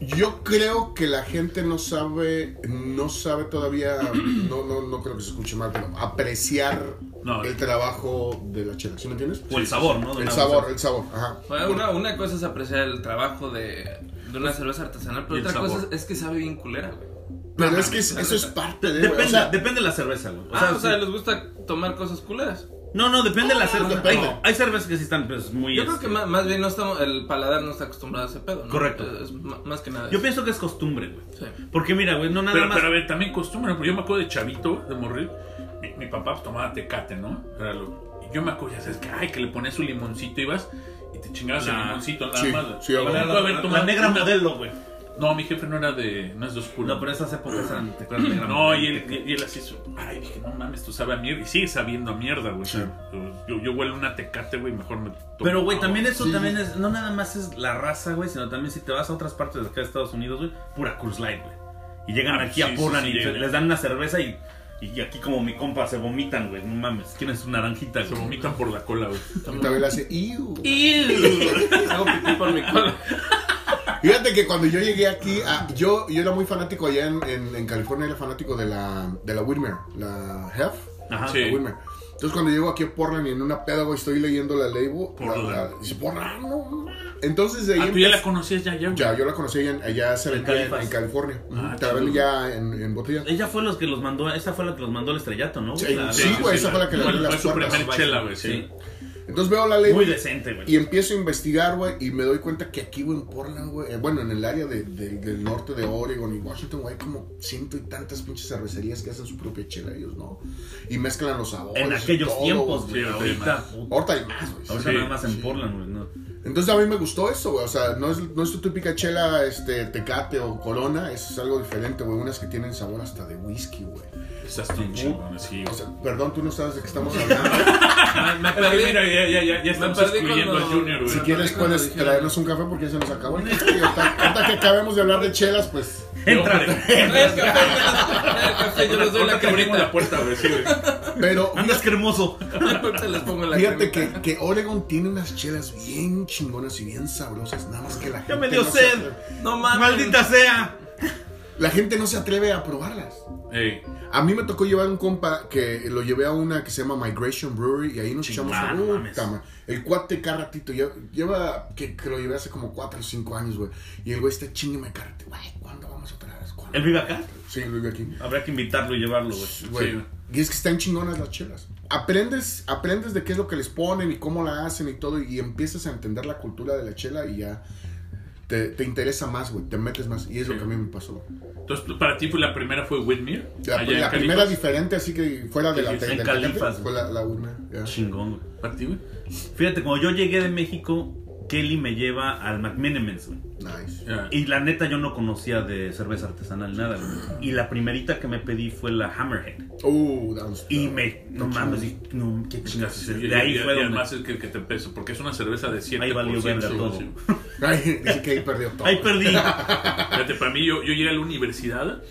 Speaker 3: Yo creo que la gente no sabe, no sabe todavía, no, no, no creo que se escuche mal, pero apreciar
Speaker 4: No. eh.
Speaker 3: el trabajo de la chela, ¿sí me entiendes?
Speaker 2: O el sabor, ¿no? De
Speaker 3: El
Speaker 2: una
Speaker 3: sabor,
Speaker 2: cerveza.
Speaker 3: el sabor, ajá.
Speaker 1: Bueno, Una, una cosa es apreciar el trabajo de, de una cerveza artesanal, pero
Speaker 4: Y el
Speaker 1: otra cosa
Speaker 4: sabor.
Speaker 1: es, es que sabe bien culera, güey.
Speaker 3: Pero es que es-
Speaker 1: la
Speaker 3: eso es
Speaker 1: neta.
Speaker 3: parte de...
Speaker 2: Depende,
Speaker 3: o sea,
Speaker 2: depende de la cerveza, güey. O
Speaker 1: ah,
Speaker 2: sea,
Speaker 1: o sea,
Speaker 2: sí.
Speaker 1: les gusta tomar cosas culeras.
Speaker 2: No, no, depende de la cerveza.
Speaker 3: depende.
Speaker 2: Hay, hay cervezas que sí están pues, muy...
Speaker 1: Yo creo que
Speaker 2: este,
Speaker 1: más, más bien no estamos, el paladar no está acostumbrado a ese pedo, ¿no?
Speaker 2: Correcto.
Speaker 1: Es, es ma- más que nada.
Speaker 2: Yo
Speaker 1: eso.
Speaker 2: pienso que es costumbre, güey.
Speaker 1: Sí.
Speaker 2: Porque mira, güey, no nada
Speaker 4: Pero,
Speaker 2: más...
Speaker 4: pero a ver, también costumbre, porque yo me acuerdo de chavito, de morir, mi, mi papá pues, tomaba tecate, ¿no? Era lo- y yo me acuerdo, ya sabes, que, ay, que le ponías su limoncito y vas y te chingabas el
Speaker 2: La-
Speaker 4: limoncito nada
Speaker 3: sí,
Speaker 4: más. güey.
Speaker 3: sí,
Speaker 4: Y
Speaker 3: a
Speaker 4: me
Speaker 3: huevo.
Speaker 4: acuerdo
Speaker 2: la,
Speaker 4: haber
Speaker 2: la-
Speaker 4: tomado
Speaker 2: la negra
Speaker 4: una-
Speaker 2: modelo, güey.
Speaker 4: No, mi jefe no era de, no es de oscuro.
Speaker 2: No, pero esas épocas eran te acuerdas, negra
Speaker 4: No,
Speaker 2: modelo.
Speaker 4: y él, y- y él así, su- ay, dije, no mames, tú sabes a mierda. Y sigue sabiendo a mierda, güey.
Speaker 3: Sí.
Speaker 4: Yo, yo huelo una tecate, güey, mejor me tomo
Speaker 2: Pero, güey,
Speaker 4: agua.
Speaker 2: también eso
Speaker 3: Sí.
Speaker 2: también es... No nada más es la raza, güey, sino también si te vas a otras partes de acá de Estados Unidos, güey, pura Cruz Light, güey. Y llegan
Speaker 4: Ah,
Speaker 2: aquí
Speaker 4: sí,
Speaker 2: a Portland
Speaker 4: sí, sí,
Speaker 2: y
Speaker 4: llegan.
Speaker 2: les dan una cerveza y... Y aquí como mi compa se vomitan, güey. No mames, quieren su naranjita,
Speaker 4: Se
Speaker 2: güey.
Speaker 4: vomitan por la cola, güey.
Speaker 3: y también le hace... "Iu".
Speaker 1: Hago pipí por mi cola.
Speaker 3: Fíjate que cuando yo llegué aquí, a- yo, yo era muy fanático allá en, en- en California, era fanático de la, de la Wilmer, la Hef.
Speaker 2: Ajá.
Speaker 4: Sí.
Speaker 3: la Wilmer. Entonces cuando llego aquí a Portland y en una peda, güey, estoy leyendo la ley, güey,
Speaker 4: Portland.
Speaker 3: la- la- dice, Portland, no, ma". Entonces de ahí
Speaker 4: Ah, tú ya
Speaker 3: empecé-
Speaker 4: la conocías ya, ya, güey.
Speaker 3: Ya, yo la conocí en- allá se
Speaker 2: En
Speaker 3: vendía en,
Speaker 2: Califas.
Speaker 3: en California. Ujú,
Speaker 4: Ah,
Speaker 3: Te la venden
Speaker 4: chido.
Speaker 3: ya en, en botella.
Speaker 2: Ella fue los que los mandó, esa fue la que los mandó al estrellato, ¿no?
Speaker 3: Sí,
Speaker 2: La-
Speaker 3: sí, güey, esa fue la que le
Speaker 4: Fue-
Speaker 3: abrió las
Speaker 4: Fue su
Speaker 3: puertas.
Speaker 4: primer chela, güey,
Speaker 2: Sí.
Speaker 4: sí.
Speaker 3: Entonces veo la ley
Speaker 2: Muy
Speaker 3: güey,
Speaker 2: decente, güey.
Speaker 3: y empiezo a investigar, güey, y me doy cuenta que aquí, güey, en Portland, güey, eh, bueno, en el área de- de- del norte de Oregon y Washington, güey, hay como ciento y tantas pinches cervecerías que hacen su propia chela ellos, ¿no? Y mezclan los sabores.
Speaker 2: En
Speaker 3: y
Speaker 2: aquellos
Speaker 3: todo,
Speaker 2: tiempos, güey.
Speaker 4: sí,
Speaker 2: ahorita,
Speaker 4: ahorita.
Speaker 2: puta.
Speaker 3: Ahorita hay más, güey.
Speaker 2: Ahorita
Speaker 4: Sí,
Speaker 2: nada más en
Speaker 3: sí.
Speaker 2: Portland, güey. ¿no?
Speaker 3: Entonces a mí me gustó eso, güey. O sea, no es, no es tu típica chela, este, tecate o corona. Es algo diferente, güey. Unas que tienen sabor hasta de whisky, güey.
Speaker 4: Estás
Speaker 2: Uh.
Speaker 4: tan chingón, sí,
Speaker 3: O
Speaker 4: güey.
Speaker 3: sea, perdón, tú no sabes de qué estamos hablando.
Speaker 4: Me perdí, mira, ya, ya, ya, ya estamos
Speaker 1: perdí
Speaker 4: excluyendo
Speaker 1: cuando-
Speaker 4: a Junior,
Speaker 3: Si
Speaker 1: Sí.
Speaker 4: güey.
Speaker 3: quieres
Speaker 1: Cuando
Speaker 3: puedes
Speaker 1: dijeron-
Speaker 3: traernos un café porque ya se nos acabó. el café. Y ahorita, ahorita que acabemos de hablar de chelas, pues...
Speaker 2: Entra.
Speaker 1: Trae el café, yo les- trae el café, yo les doy la
Speaker 4: Ahorita que abrimos la
Speaker 1: cremita.
Speaker 4: puerta, güey, sí, güey.
Speaker 3: Pero
Speaker 2: Andas cremoso.
Speaker 1: Ahorita les pongo la
Speaker 3: fíjate que,
Speaker 1: cremita.
Speaker 3: que Oregon tiene unas chelas bien chingonas y bien sabrosas. Nada más que la gente...
Speaker 2: me dio
Speaker 3: no se
Speaker 2: sed.
Speaker 3: atreve-
Speaker 1: No mames.
Speaker 2: Maldita sea.
Speaker 3: La gente no se atreve a probarlas.
Speaker 4: Ey,
Speaker 3: A mí me tocó llevar un compa que lo llevé a una que se llama Migration Brewery y ahí nos echamos
Speaker 2: Chingada,
Speaker 3: puta,
Speaker 2: mames.
Speaker 3: ma. El cuate cada ratito, ya- lleva, que, que lo llevé hace como 4 o 5 años, güey. Y el güey está chingue carrete, güey, ¿cuándo vamos otra vez? ¿Cuándo?
Speaker 2: ¿Él vive acá?
Speaker 3: Sí, lo vive aquí.
Speaker 2: Habrá que invitarlo y llevarlo, güey.
Speaker 3: Güey,
Speaker 4: Sí.
Speaker 3: Y es que están chingonas las chelas. Aprendes, aprendes de qué es lo que les ponen y cómo la hacen y todo y empiezas a entender la cultura de la chela y ya te, te interesa más, güey, te metes más. Y es lo
Speaker 4: Sí.
Speaker 3: que a mí me pasó.
Speaker 4: entonces tú- para ti fue la primera fue Whitmere.
Speaker 3: La,
Speaker 4: allá
Speaker 3: la
Speaker 4: en Cali.
Speaker 3: primera diferente, así que fuera de la
Speaker 2: Sí, sí,
Speaker 3: de-
Speaker 2: en
Speaker 3: de-
Speaker 2: Califas,
Speaker 3: fue la, la una, ya.
Speaker 2: Chingón, güey.
Speaker 4: Para ti, güey.
Speaker 2: Fíjate, cuando yo llegué de México, Kelly me lleva al McMenemans, güey.
Speaker 3: Nice.
Speaker 4: Ya.
Speaker 2: Y la neta, yo no conocía de cerveza artesanal nada, güey. Y la primerita que me pedí fue la Hammerhead.
Speaker 3: Uh, damos-
Speaker 2: Y me, no
Speaker 3: Qué
Speaker 2: mames,
Speaker 3: chingón.
Speaker 2: dije, no, qué
Speaker 4: Chingas,
Speaker 2: chingas.
Speaker 4: sí,
Speaker 2: De ahí
Speaker 4: y- y-
Speaker 2: fue
Speaker 4: y
Speaker 2: donde.
Speaker 4: además es que, que te peso, porque es una cerveza de 7%.
Speaker 2: Ahí valió verga
Speaker 4: sí,
Speaker 2: todo.
Speaker 4: sí.
Speaker 3: Ay, dice que ahí perdió todo.
Speaker 2: Ahí perdí.
Speaker 4: Fíjate, para mí, yo, yo llegué a la universidad,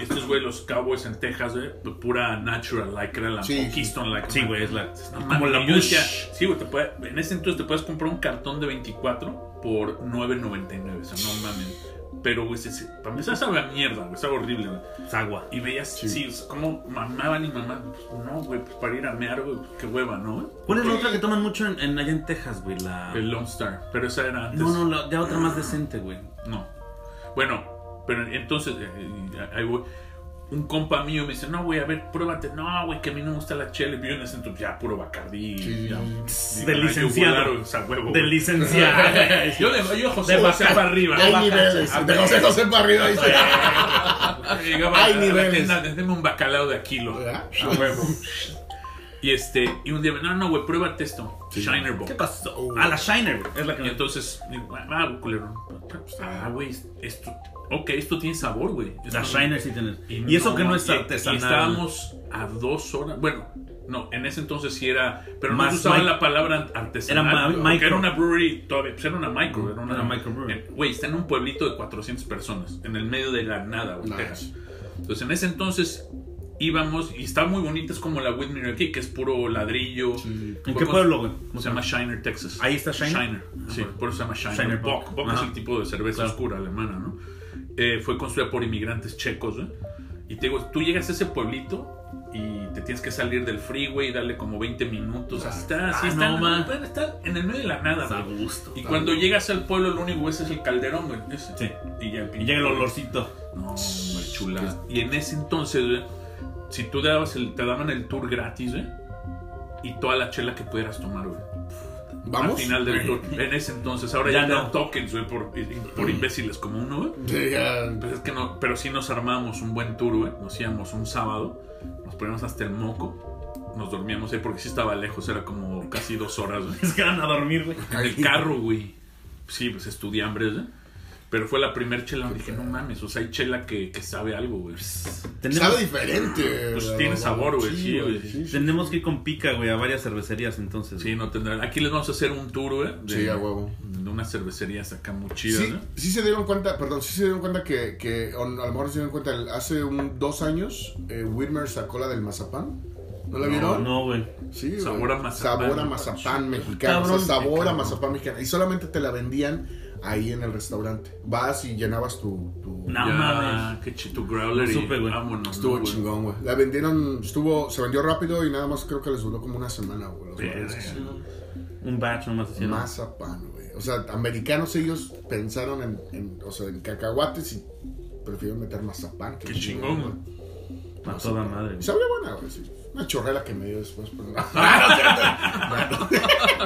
Speaker 4: estos güey, los Cowboys en Texas, güey, pu- pura natural, like, era la
Speaker 3: Sí.
Speaker 4: o Keystone, like.
Speaker 2: Sí, güey, es la.
Speaker 4: No
Speaker 2: como
Speaker 4: mames,
Speaker 2: la
Speaker 4: y yo decía,
Speaker 2: Bush.
Speaker 4: Sí, güey, te puede- en ese entonces te puedes comprar un cartón de 24 por 9.99, o sea, no mames. Pero, güey, se- se- para empezar sabe a mierda, güey, sabe horrible, güey.
Speaker 2: Es agua.
Speaker 4: Y veías,
Speaker 3: Sí.
Speaker 4: sí, cómo mamaban y mamaban. Pues, no, güey, pues para ir a mear, güey, qué hueva, ¿no?
Speaker 2: ¿Cuál es la otra que toman mucho en, en- allá en Texas, güey? La...
Speaker 4: El Lone Star, pero esa era antes.
Speaker 2: No, no, la, ya otra más decente, güey.
Speaker 4: No. Bueno, pero entonces, eh, eh, ahí voy. un compa mío me dice, no, güey, a ver, pruébate. No, güey, que a mí no me gusta la chela. Y vi una centro, ya, puro Bacardí.
Speaker 3: Sí,
Speaker 4: ya.
Speaker 3: sí.
Speaker 4: Digo,
Speaker 2: Del
Speaker 4: "Ay, yo
Speaker 2: licenciado.
Speaker 4: voy a dar esa huevo,
Speaker 2: De
Speaker 4: güey".
Speaker 2: licenciado.
Speaker 4: Yo le yo a José
Speaker 2: De
Speaker 4: José
Speaker 2: Bacardi.
Speaker 4: para arriba.
Speaker 3: Hay niveles.
Speaker 2: Ah,
Speaker 3: De José José para arriba dice.
Speaker 4: Llegaba
Speaker 3: Hay
Speaker 4: a la
Speaker 3: niveles.
Speaker 4: tienda, Deme un bacalao de a kilo.
Speaker 3: ¿Verdad?
Speaker 4: A huevo. Y este, y un día, me, no, no, güey, pruébate esto. Shiner Bowl.
Speaker 2: ¿Qué pasó? A la Shiner, güey. Es la que
Speaker 4: Y
Speaker 2: me
Speaker 4: entonces, digo, ah, culero. Ah, güey, esto. Ok, esto tiene sabor, güey. Esto
Speaker 2: La
Speaker 4: no-
Speaker 2: Shiner sí tiene. Y eso que no es
Speaker 4: y-
Speaker 2: artesanal.
Speaker 4: Y estábamos a dos horas. Bueno, no, en ese entonces sí era. Pero
Speaker 2: Más
Speaker 4: no se usaba
Speaker 2: mi-
Speaker 4: la palabra artesanal.
Speaker 2: Era ma-
Speaker 4: porque
Speaker 2: micro.
Speaker 4: era una brewery todavía. Pues era una micro. Era una,
Speaker 2: Era microbrewery.
Speaker 4: Eh, Güey, está en un pueblito de 400 personas. En el medio de la nada, güey,
Speaker 3: Nice.
Speaker 4: Texas. Entonces en ese entonces íbamos. Y está muy bonita. Es como la Whitney aquí, que es puro ladrillo.
Speaker 2: ¿En
Speaker 4: Fue
Speaker 2: qué
Speaker 4: con-
Speaker 2: pueblo, güey?
Speaker 4: se llama Shiner, Texas.
Speaker 2: Ahí está Shiner. Ah,
Speaker 4: sí, por eso se llama Shiner.
Speaker 2: Shiner
Speaker 4: Bock.
Speaker 2: Bock.
Speaker 4: Bock es
Speaker 2: Ajá.
Speaker 4: el tipo de cerveza
Speaker 2: Claro.
Speaker 4: oscura alemana, ¿no? Eh, fue construida por inmigrantes checos, ¿eh? Y te digo, tú llegas a ese pueblito y te tienes que salir del freeway y darle como 20 minutos. Así está, así
Speaker 2: Ah,
Speaker 4: está.
Speaker 2: no, ma.
Speaker 4: pueden estar en el medio de la nada,
Speaker 2: Está a
Speaker 4: güey.
Speaker 2: gusto.
Speaker 4: Y cuando llegas al pueblo, lo único que ves es el calderón, güey. ese.
Speaker 2: Sí.
Speaker 4: Y ya
Speaker 2: Y llega el olorcito.
Speaker 4: no, hombre, chulada. Y en ese entonces, güey, si tú dabas el, te daban el tour gratis, güey, y toda la chela que pudieras tomar, güey.
Speaker 3: Vamos.
Speaker 4: Al final del tour. En ese entonces, ahora
Speaker 2: Ya
Speaker 4: ya, no
Speaker 2: no.
Speaker 4: tokens, güey, por, y- y por imbéciles como uno, güey.
Speaker 3: Sí, ya.
Speaker 4: Pues es que no, pero sí nos armábamos un buen tour, güey. Nos íbamos un sábado, nos poníamos hasta el moco, nos dormíamos ahí porque sí estaba lejos, era como casi dos horas, güey.
Speaker 2: Es que van a dormir, güey.
Speaker 4: En el carro, güey. Sí, pues estudiambres, ¿eh? Pero fue la primer chela donde dije, no mames, o sea, hay chela que, que sabe algo, güey.
Speaker 3: Sabe
Speaker 2: Tenemos,
Speaker 3: diferente.
Speaker 4: Pues tiene sabor, güey, sí, güey.
Speaker 3: sí.
Speaker 2: tenemos que ir con pica, güey, a varias cervecerías entonces.
Speaker 4: Sí, no tendrán. Aquí les vamos a hacer un tour, güey. de-
Speaker 3: Sí, a huevo.
Speaker 4: De unas cervecerías acá muy chidas,
Speaker 3: Sí,
Speaker 4: ¿eh?
Speaker 3: sí se dieron cuenta, perdón, sí se dieron cuenta que, que o no, a lo mejor se dieron cuenta, el- hace un, dos años, eh, Whitmer sacó la del mazapán. ¿No la
Speaker 2: No,
Speaker 3: vieron?
Speaker 2: no, güey.
Speaker 3: Sí, güey.
Speaker 4: Sabor a mazapán.
Speaker 3: Sabor a mazapán mexicano.
Speaker 2: Cabrón.
Speaker 3: o sea, sabor a
Speaker 2: Cabrón.
Speaker 3: mazapán mexicano. Y solamente te la vendían ahí en el restaurante. Vas y llenabas tu... tu-
Speaker 2: No
Speaker 4: Ya,
Speaker 2: mames.
Speaker 4: Qué chito growler
Speaker 2: No
Speaker 4: y
Speaker 2: supe, güey.
Speaker 4: vámonos.
Speaker 3: Estuvo
Speaker 4: ¿no, güey?
Speaker 3: chingón, güey. La vendieron, estuvo, se vendió rápido y nada más creo que les duró como una semana, güey. los
Speaker 4: Verga.
Speaker 3: barriles.
Speaker 2: Un batch nomás así. ¿no?
Speaker 3: Mazapán, güey. O sea, americanos ellos pensaron en, en, o sea, en cacahuates y prefirieron meter mazapán. que
Speaker 4: Qué chingón, güey.
Speaker 2: A toda madre, güey.
Speaker 3: Sabía buena, güey, sí. Una chorrera que me dio después, pero no. No, no.
Speaker 4: Ah,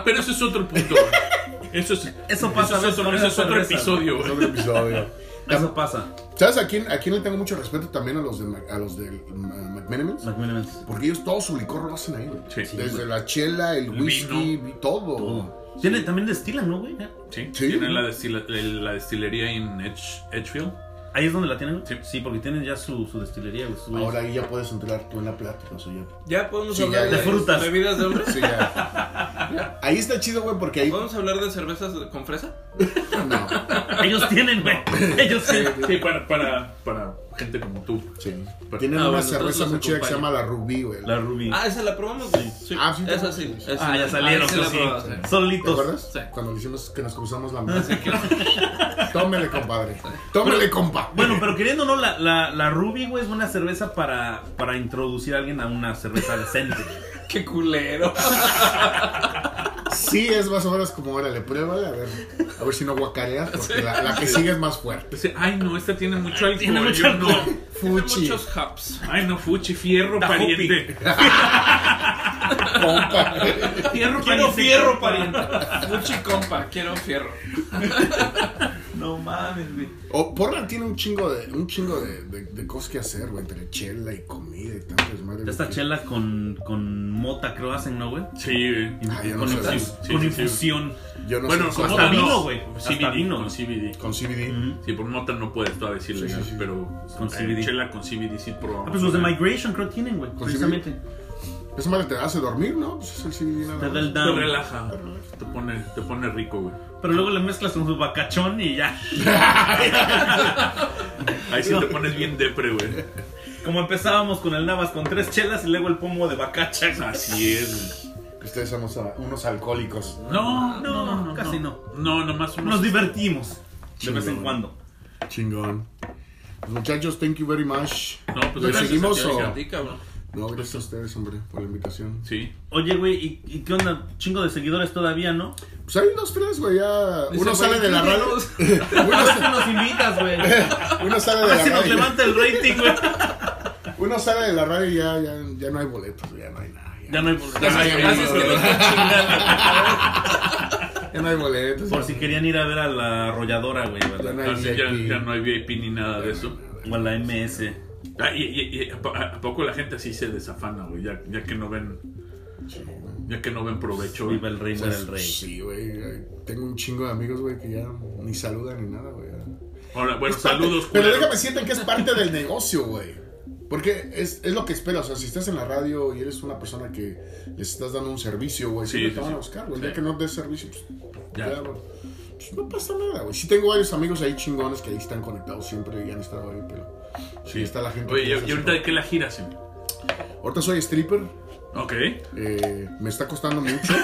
Speaker 4: Pero ese es otro punto, güey. Eso es,
Speaker 2: Eso pasa,
Speaker 4: Eso es otro,
Speaker 2: ¿ves?
Speaker 4: eso es otro
Speaker 2: Cerveza,
Speaker 4: episodio,
Speaker 3: Es
Speaker 4: güey.
Speaker 3: otro episodio.
Speaker 2: Eso pasa.
Speaker 3: ¿Sabes a quién, a quién le tengo mucho respeto también a los del, Mac- a los del uh, McMenamins?
Speaker 2: McMillan's.
Speaker 3: Porque ellos todo su licor lo hacen ahí, güey.
Speaker 4: Sí, sí,
Speaker 3: Desde
Speaker 4: güey.
Speaker 3: la chela, el,
Speaker 4: El
Speaker 3: whisky, todo.
Speaker 2: Todo.
Speaker 3: Oh.
Speaker 2: Tiene- también destilan, ¿no, güey?
Speaker 4: Sí,
Speaker 3: Sí.
Speaker 4: tienen la, destila- el- la destilería en Edge- Edgefield.
Speaker 2: Ahí es donde la tienen. Sí,
Speaker 4: Sí.
Speaker 2: porque tienen ya su, su destilería, güey. su-
Speaker 3: Ahora ahí ya puedes entrar tú en la plática, o sea, ya
Speaker 1: Ya podemos
Speaker 3: Sí,
Speaker 1: hablar
Speaker 3: ya,
Speaker 1: de,
Speaker 3: de
Speaker 2: frutas.
Speaker 1: bebidas de hombres.
Speaker 3: Sí, ya. Ahí está chido, güey, porque ahí.
Speaker 1: ¿Podemos hablar de cervezas con fresa?
Speaker 3: No.
Speaker 2: Ellos tienen, güey. Ellos tienen.
Speaker 4: Sí, para, para, para gente como tú.
Speaker 3: Sí.
Speaker 4: Pero-
Speaker 3: Tienen
Speaker 1: Ah,
Speaker 3: una
Speaker 1: bueno, entonces
Speaker 3: cerveza
Speaker 1: los
Speaker 3: muy chida que se
Speaker 1: acompaño.
Speaker 3: llama la Rubí, güey.
Speaker 2: La Ruby.
Speaker 1: Ah, esa la probamos. Sí.
Speaker 3: Ah, sí,
Speaker 1: esa
Speaker 3: probamos.
Speaker 1: sí.
Speaker 3: Ah,
Speaker 1: esa-
Speaker 2: ya salieron,
Speaker 1: ahí sí
Speaker 2: pues
Speaker 1: la
Speaker 2: sí.
Speaker 1: probamos, sí.
Speaker 3: ¿Te
Speaker 2: Solitos.
Speaker 3: acuerdas?
Speaker 1: Sí.
Speaker 3: Cuando le hicimos que nos cruzamos la mano. Tómele, compadre. Tómele, compa.
Speaker 2: Bueno, pero queriendo o no, la, la, la Ruby, güey, es buena cerveza para, para introducir a alguien a una cerveza decente.
Speaker 1: Qué culero.
Speaker 3: Sí, es más o menos como, órale, pruébale, a ver. A ver si no guacareas, porque la, la que sigue es más fuerte.
Speaker 4: Dice, ay, no, esta tiene mucho alcohol.
Speaker 2: Tiene mucho
Speaker 4: yo
Speaker 2: alcohol.
Speaker 4: no.
Speaker 1: Tiene
Speaker 3: Fuchi.
Speaker 1: muchos hubs.
Speaker 4: Ay, no, fuchi, fierro,
Speaker 2: Tajupi.
Speaker 4: pariente.
Speaker 3: Compa.
Speaker 2: Fierro,
Speaker 1: Quiero
Speaker 2: pariente.
Speaker 1: fierro, pariente. Fuchi compa, quiero fierro.
Speaker 2: No mames, güey.
Speaker 3: O Porra tiene un chingo de, un chingo de, de, de cosas que hacer, güey, entre chela y comida y tantas madres.
Speaker 2: Esta
Speaker 3: güey, que-
Speaker 2: chela con, con mota, creo, hacen, ¿no, güey?
Speaker 4: Sí, güey.
Speaker 3: Ah, yo no
Speaker 2: con
Speaker 3: sé.
Speaker 2: infus-
Speaker 4: Sí, sí,
Speaker 2: con
Speaker 4: sí.
Speaker 2: infusión.
Speaker 3: Yo no
Speaker 4: Bueno,
Speaker 3: sé.
Speaker 4: con
Speaker 2: hasta
Speaker 4: mota no.
Speaker 2: vino, güey.
Speaker 4: Con
Speaker 2: Hasta
Speaker 4: CBD,
Speaker 2: vino.
Speaker 4: Con CBD.
Speaker 3: Con CBD.
Speaker 2: Ujú.
Speaker 4: Sí, por mota no puedes todavía decir legal,
Speaker 3: sí, sí.
Speaker 4: pero
Speaker 2: Con
Speaker 4: eh,
Speaker 2: CBD.
Speaker 4: chela con CBD sí probamos.
Speaker 2: Ah, pues los de Migration creo tienen, güey.
Speaker 3: Con
Speaker 2: Precisamente.
Speaker 3: Esa madre te hace dormir, ¿no? Pues es el CBD nada
Speaker 2: Te da el
Speaker 4: Te
Speaker 2: down.
Speaker 4: relaja, te pone, te pone rico, güey.
Speaker 2: Pero luego le mezclas con su bacachón y ya.
Speaker 4: Ahí sí te pones bien depre, güey.
Speaker 2: Como empezábamos con el Navas con tres chelas y luego el pomo de bacacha. güey.
Speaker 4: Así es.
Speaker 3: más. Ustedes son unos, unos alcohólicos.
Speaker 4: güey. No, no,
Speaker 2: No,
Speaker 4: no, no.
Speaker 2: casi
Speaker 4: No, nomás unos.
Speaker 2: Nos divertimos de vez en
Speaker 3: Chingón.
Speaker 2: cuando.
Speaker 3: Chingón. Pues, muchachos, thank you very much.
Speaker 4: No, pues
Speaker 3: ¿Le
Speaker 4: gracias
Speaker 3: seguimos
Speaker 1: Gracias
Speaker 3: o...?
Speaker 1: a ti, cabrón.
Speaker 3: No, gracias a ustedes, hombre, por la invitación.
Speaker 4: Sí.
Speaker 2: Oye, güey, ¿y, y qué onda? Chingo de seguidores todavía, ¿no?
Speaker 3: Pues hay unos tres, güey, ya...
Speaker 1: Dice,
Speaker 3: uno
Speaker 1: güey,
Speaker 3: sale de la radio...
Speaker 1: tíos.
Speaker 3: uno,
Speaker 2: ¿Por qué nos invitas, güey?
Speaker 3: uno sale
Speaker 2: A
Speaker 3: de
Speaker 2: ver
Speaker 3: la
Speaker 2: si Ah, nos
Speaker 3: radio...
Speaker 2: levanta el rating, güey.
Speaker 3: uno sale de la radio y ya, ya, ya no hay boletos, ya no hay nada. Ya,
Speaker 4: Ya no hay boletos.
Speaker 3: Ya no hay
Speaker 1: Gracias que me están chingando.
Speaker 3: boletos. ya
Speaker 4: Ya no hay
Speaker 3: no hay boletos.
Speaker 2: Por si querían ir a ver a la arrolladora, güey.
Speaker 3: Ya no
Speaker 2: ¿verdad?
Speaker 3: hay
Speaker 4: Ah, sí, ya,
Speaker 3: VIP.
Speaker 4: ya no hay VIP ni nada de eso.
Speaker 2: O a la MS.
Speaker 4: Ah, y, y- y a, po- a poco la gente así se desafana, güey? Ya, ya que no ven,
Speaker 3: Sí, güey.
Speaker 4: ya que no ven provecho.
Speaker 2: Viva el reino del rey.
Speaker 3: Pues, Sí, güey. ay, Tengo un chingo de amigos, güey, que ya ni saludan ni nada, güey.
Speaker 4: Ahora, bueno,
Speaker 3: Es parte-
Speaker 4: saludos,
Speaker 3: Pero
Speaker 4: culero.
Speaker 3: déjame sienten que es parte del negocio, güey. Porque es, es lo que esperas. O sea, si estás en la radio y eres una persona que les estás dando un servicio, güey,
Speaker 4: Sí,
Speaker 3: siempre
Speaker 4: sí,
Speaker 3: te van a
Speaker 4: sí.
Speaker 3: buscar, güey.
Speaker 4: Sí.
Speaker 3: Ya que no des servicio, pues,
Speaker 4: Ya.
Speaker 3: ya, güey, pues, no pasa nada, güey. Sí tengo varios amigos ahí chingones que ahí están conectados siempre y han estado ahí, pero... Sí, está la gente.
Speaker 4: Oye,
Speaker 3: que
Speaker 4: ¿y,
Speaker 3: les hace
Speaker 4: y ahorita de
Speaker 3: todo.
Speaker 4: qué la giras? em?
Speaker 3: Ahorita soy stripper.
Speaker 4: Ok.
Speaker 3: eh, me está costando mucho.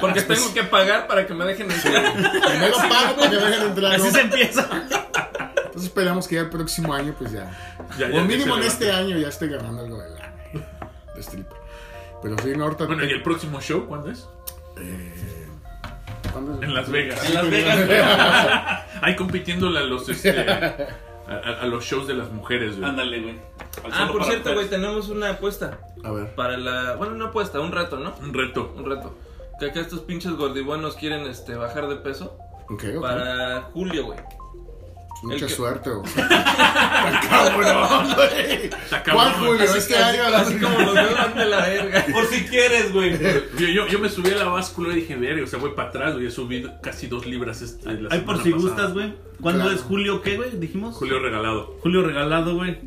Speaker 1: Porque tengo que pagar para que me dejen entrar.
Speaker 3: Primero pago para que me dejen entrar.
Speaker 2: Así
Speaker 3: ¿no?
Speaker 2: se empieza.
Speaker 3: Entonces esperamos que ya el próximo año, pues ya.
Speaker 4: Ya,
Speaker 3: o
Speaker 4: ya, ya
Speaker 3: mínimo
Speaker 4: se
Speaker 3: en este
Speaker 4: levanta.
Speaker 3: año ya esté ganando algo de lana. eh, De stripper. Pero sí, no, ahorita.
Speaker 4: Bueno, ¿y el próximo show cuándo es?
Speaker 3: Eh, ¿cuándo es?
Speaker 4: En Las Vegas.
Speaker 2: En Las Vegas.
Speaker 4: Ahí compitiéndole a los, este, a, a- a los shows de las mujeres, güey.
Speaker 2: Ándale, güey.
Speaker 1: Ah, por cierto, güey, tenemos una apuesta.
Speaker 3: A ver.
Speaker 1: Para la. Bueno, una apuesta, un rato, ¿no?
Speaker 4: Un reto.
Speaker 1: Un rato. Que acá estos pinches gordibuanos quieren este, bajar de peso.
Speaker 3: Ok, ok.
Speaker 1: Para julio, güey.
Speaker 3: Mucha
Speaker 1: el que-
Speaker 3: suerte, güey. Está cabrón, güey.
Speaker 4: Está cabrón,
Speaker 3: ¿Cuál Julio?
Speaker 4: güey.
Speaker 3: Este año las-
Speaker 1: Así como los veo ante la verga.
Speaker 2: Por si quieres, güey.
Speaker 4: Yo, yo, yo me subí a la báscula y dije, verga, o sea, voy para atrás, güey. He subido casi dos libras este, la
Speaker 2: Ay,
Speaker 4: semana
Speaker 2: por si
Speaker 4: pasada.
Speaker 2: gustas, güey. ¿Cuándo
Speaker 3: Claro.
Speaker 2: es julio qué, güey? ¿Dijimos?
Speaker 4: Julio regalado.
Speaker 2: Julio regalado, güey.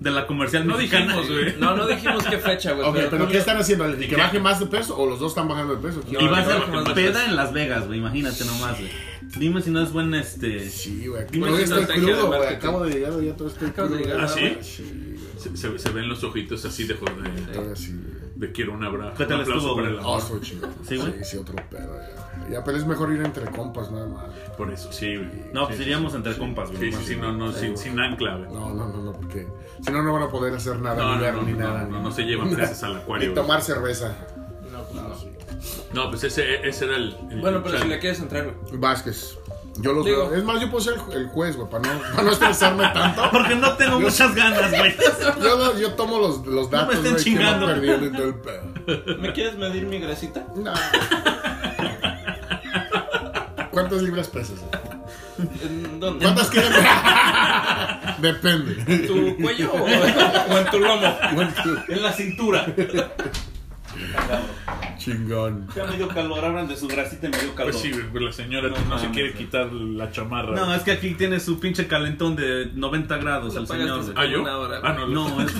Speaker 2: De la comercial
Speaker 4: No
Speaker 2: mexicana.
Speaker 4: dijimos, güey.
Speaker 1: No, no dijimos qué fecha, güey.
Speaker 3: Ok, pero ¿qué
Speaker 1: Pues, julio-
Speaker 3: están haciendo? ¿El que baje más de peso o los dos están bajando de peso?
Speaker 1: No,
Speaker 2: Y va a
Speaker 1: no,
Speaker 2: ser
Speaker 1: no, no, no.
Speaker 2: peda en Las Vegas, güey. Imagínate nomás, güey. Dime si no es buen este.
Speaker 3: Sí, güey.
Speaker 1: Dime
Speaker 3: Hoy
Speaker 1: si
Speaker 3: estoy
Speaker 1: estrategia de
Speaker 3: crudo, güey.
Speaker 1: marketing.
Speaker 3: Acabo de llegar, ya todo estoy
Speaker 1: Acabas
Speaker 3: crudo.
Speaker 1: de llegar,
Speaker 3: güey.
Speaker 4: ¿Ah, sí?
Speaker 3: Sí, güey.
Speaker 4: Se, se- se ven los ojitos así de joder.
Speaker 3: Ahora sí, güey.
Speaker 4: De quiero un abrazo.
Speaker 2: ¿Qué tal
Speaker 4: un aplauso
Speaker 2: estuvo,
Speaker 4: para
Speaker 2: güey?
Speaker 4: el
Speaker 3: Ah,
Speaker 4: amor.
Speaker 3: estuvo chingón.
Speaker 2: Sí, güey.
Speaker 3: Sí, sí, otro pedo. Ya. ya, pero es mejor ir entre compas, nada más.
Speaker 4: Por eso, sí, güey.
Speaker 2: No, pues iríamos entre compas,
Speaker 4: Sí,
Speaker 2: güey.
Speaker 4: sí, sí, no, no, sin, sin ancla, güey.
Speaker 3: No, no, no, no, porque si no, no van a poder hacer nada,
Speaker 4: No,
Speaker 3: ni
Speaker 4: no,
Speaker 3: ver,
Speaker 4: no,
Speaker 3: ni
Speaker 4: no,
Speaker 3: nada.
Speaker 4: no,
Speaker 3: ni-
Speaker 4: no se llevan peces al acuario,
Speaker 3: Ni
Speaker 4: güey.
Speaker 3: tomar cerveza.
Speaker 1: No, pues no.
Speaker 4: No, pues ese, ese era el. el-
Speaker 1: Bueno, pero
Speaker 4: el challenge.
Speaker 1: si le quieres entrar, güey.
Speaker 3: Vázquez. Yo los
Speaker 1: Digo-
Speaker 3: veo. Es más, yo puedo ser el juez, güey, para no, para no estresarme tanto.
Speaker 2: Porque no tengo muchas ganas, güey.
Speaker 3: Yo, lo- yo tomo los, los datos,
Speaker 2: estén
Speaker 3: güey, que van
Speaker 2: chingando.
Speaker 3: perdiendo y todo el pedo.
Speaker 1: ¿Me quieres medir mi grasita?
Speaker 3: No. ¿Cuántas libras pesas?
Speaker 1: ¿En dónde?
Speaker 3: ¿Cuántas quieres? Depende.
Speaker 1: ¿En tu cuello o, o en tu lomo?
Speaker 3: ¿Cuánto?
Speaker 2: En la cintura.
Speaker 3: Chingón.
Speaker 2: Ya me dio calor, hablan de su grasita y me dio calor.
Speaker 4: Pues sí, güey, pues la señora no,
Speaker 2: No
Speaker 4: se
Speaker 2: mames,
Speaker 4: quiere
Speaker 2: güey.
Speaker 4: quitar la chamarra.
Speaker 2: no,
Speaker 4: güey.
Speaker 2: es que aquí tiene su pinche calentón de 90 grados el
Speaker 1: Lo pagaste
Speaker 2: señor,
Speaker 1: ese-
Speaker 4: ¿Ah,
Speaker 2: güey.
Speaker 4: yo?
Speaker 1: Una hora,
Speaker 4: ah, no, no.
Speaker 2: No, es.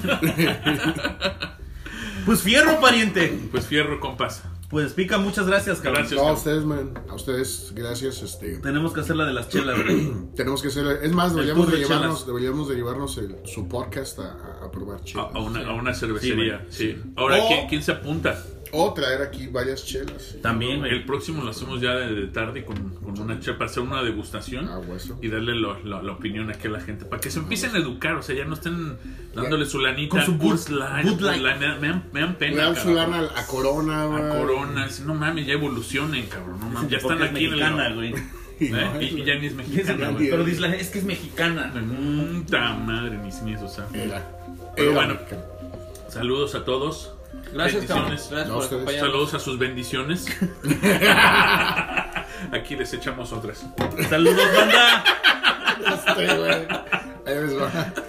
Speaker 2: Pues fierro, pariente.
Speaker 4: Pues fierro, compas.
Speaker 2: Pues pica, muchas gracias, cabrón.
Speaker 4: Gracias.
Speaker 3: No, a ustedes, man. A ustedes, gracias. Este,
Speaker 2: Tenemos que hacer la de las chelas, güey.
Speaker 3: tenemos que hacer. Es más, deberíamos
Speaker 2: tour
Speaker 3: de
Speaker 2: de
Speaker 3: llevarnos,
Speaker 2: chelas.
Speaker 3: deberíamos de llevarnos el- su podcast a, a probar
Speaker 4: A,
Speaker 3: chelas.
Speaker 4: a una, a una cervecería, sí. Ahora,
Speaker 3: O-
Speaker 4: ¿quién, quién se apunta?
Speaker 3: O traer aquí varias chelas.
Speaker 2: También, güey.
Speaker 4: El próximo lo hacemos ya de, de tarde con, con una chepa, hacer una degustación
Speaker 3: Ah, hueso.
Speaker 4: y darle lo- lo- la opinión aquí a la gente para que se empiecen a educar. O sea, ya no estén dándole su lanita.
Speaker 2: Con su
Speaker 4: Bud
Speaker 2: Bud-
Speaker 4: Light,
Speaker 2: Bud
Speaker 4: Bud
Speaker 2: Light.
Speaker 4: Light, Me, dan- me dan- me dan
Speaker 3: Le
Speaker 4: pena.
Speaker 3: dan
Speaker 4: cabrón.
Speaker 3: su lana a Corona,
Speaker 4: a
Speaker 3: güey.
Speaker 4: Corona. Dicen, No mames, ya evolucionen, cabrón. No mames, ya
Speaker 2: Porque
Speaker 4: están
Speaker 2: es
Speaker 4: aquí en el.
Speaker 2: mexicana, güey.
Speaker 3: Y no,
Speaker 4: ¿Eh? Y, y ya ni es mexicana, güey.
Speaker 2: Pero dice, la- es que es mexicana.
Speaker 4: Puta madre, ni ni eso, o sea.
Speaker 3: Era.
Speaker 4: Pero
Speaker 3: Era.
Speaker 4: bueno. Saludos a todos.
Speaker 1: Gracias, cabrón.
Speaker 4: Bendiciones.
Speaker 1: Gracias
Speaker 3: No,
Speaker 1: por
Speaker 3: ustedes.
Speaker 1: acompañarnos.
Speaker 4: Saludos a sus bendiciones. Aquí les echamos otras.
Speaker 2: Saludos, banda.
Speaker 3: Este, güey. Ahí les va.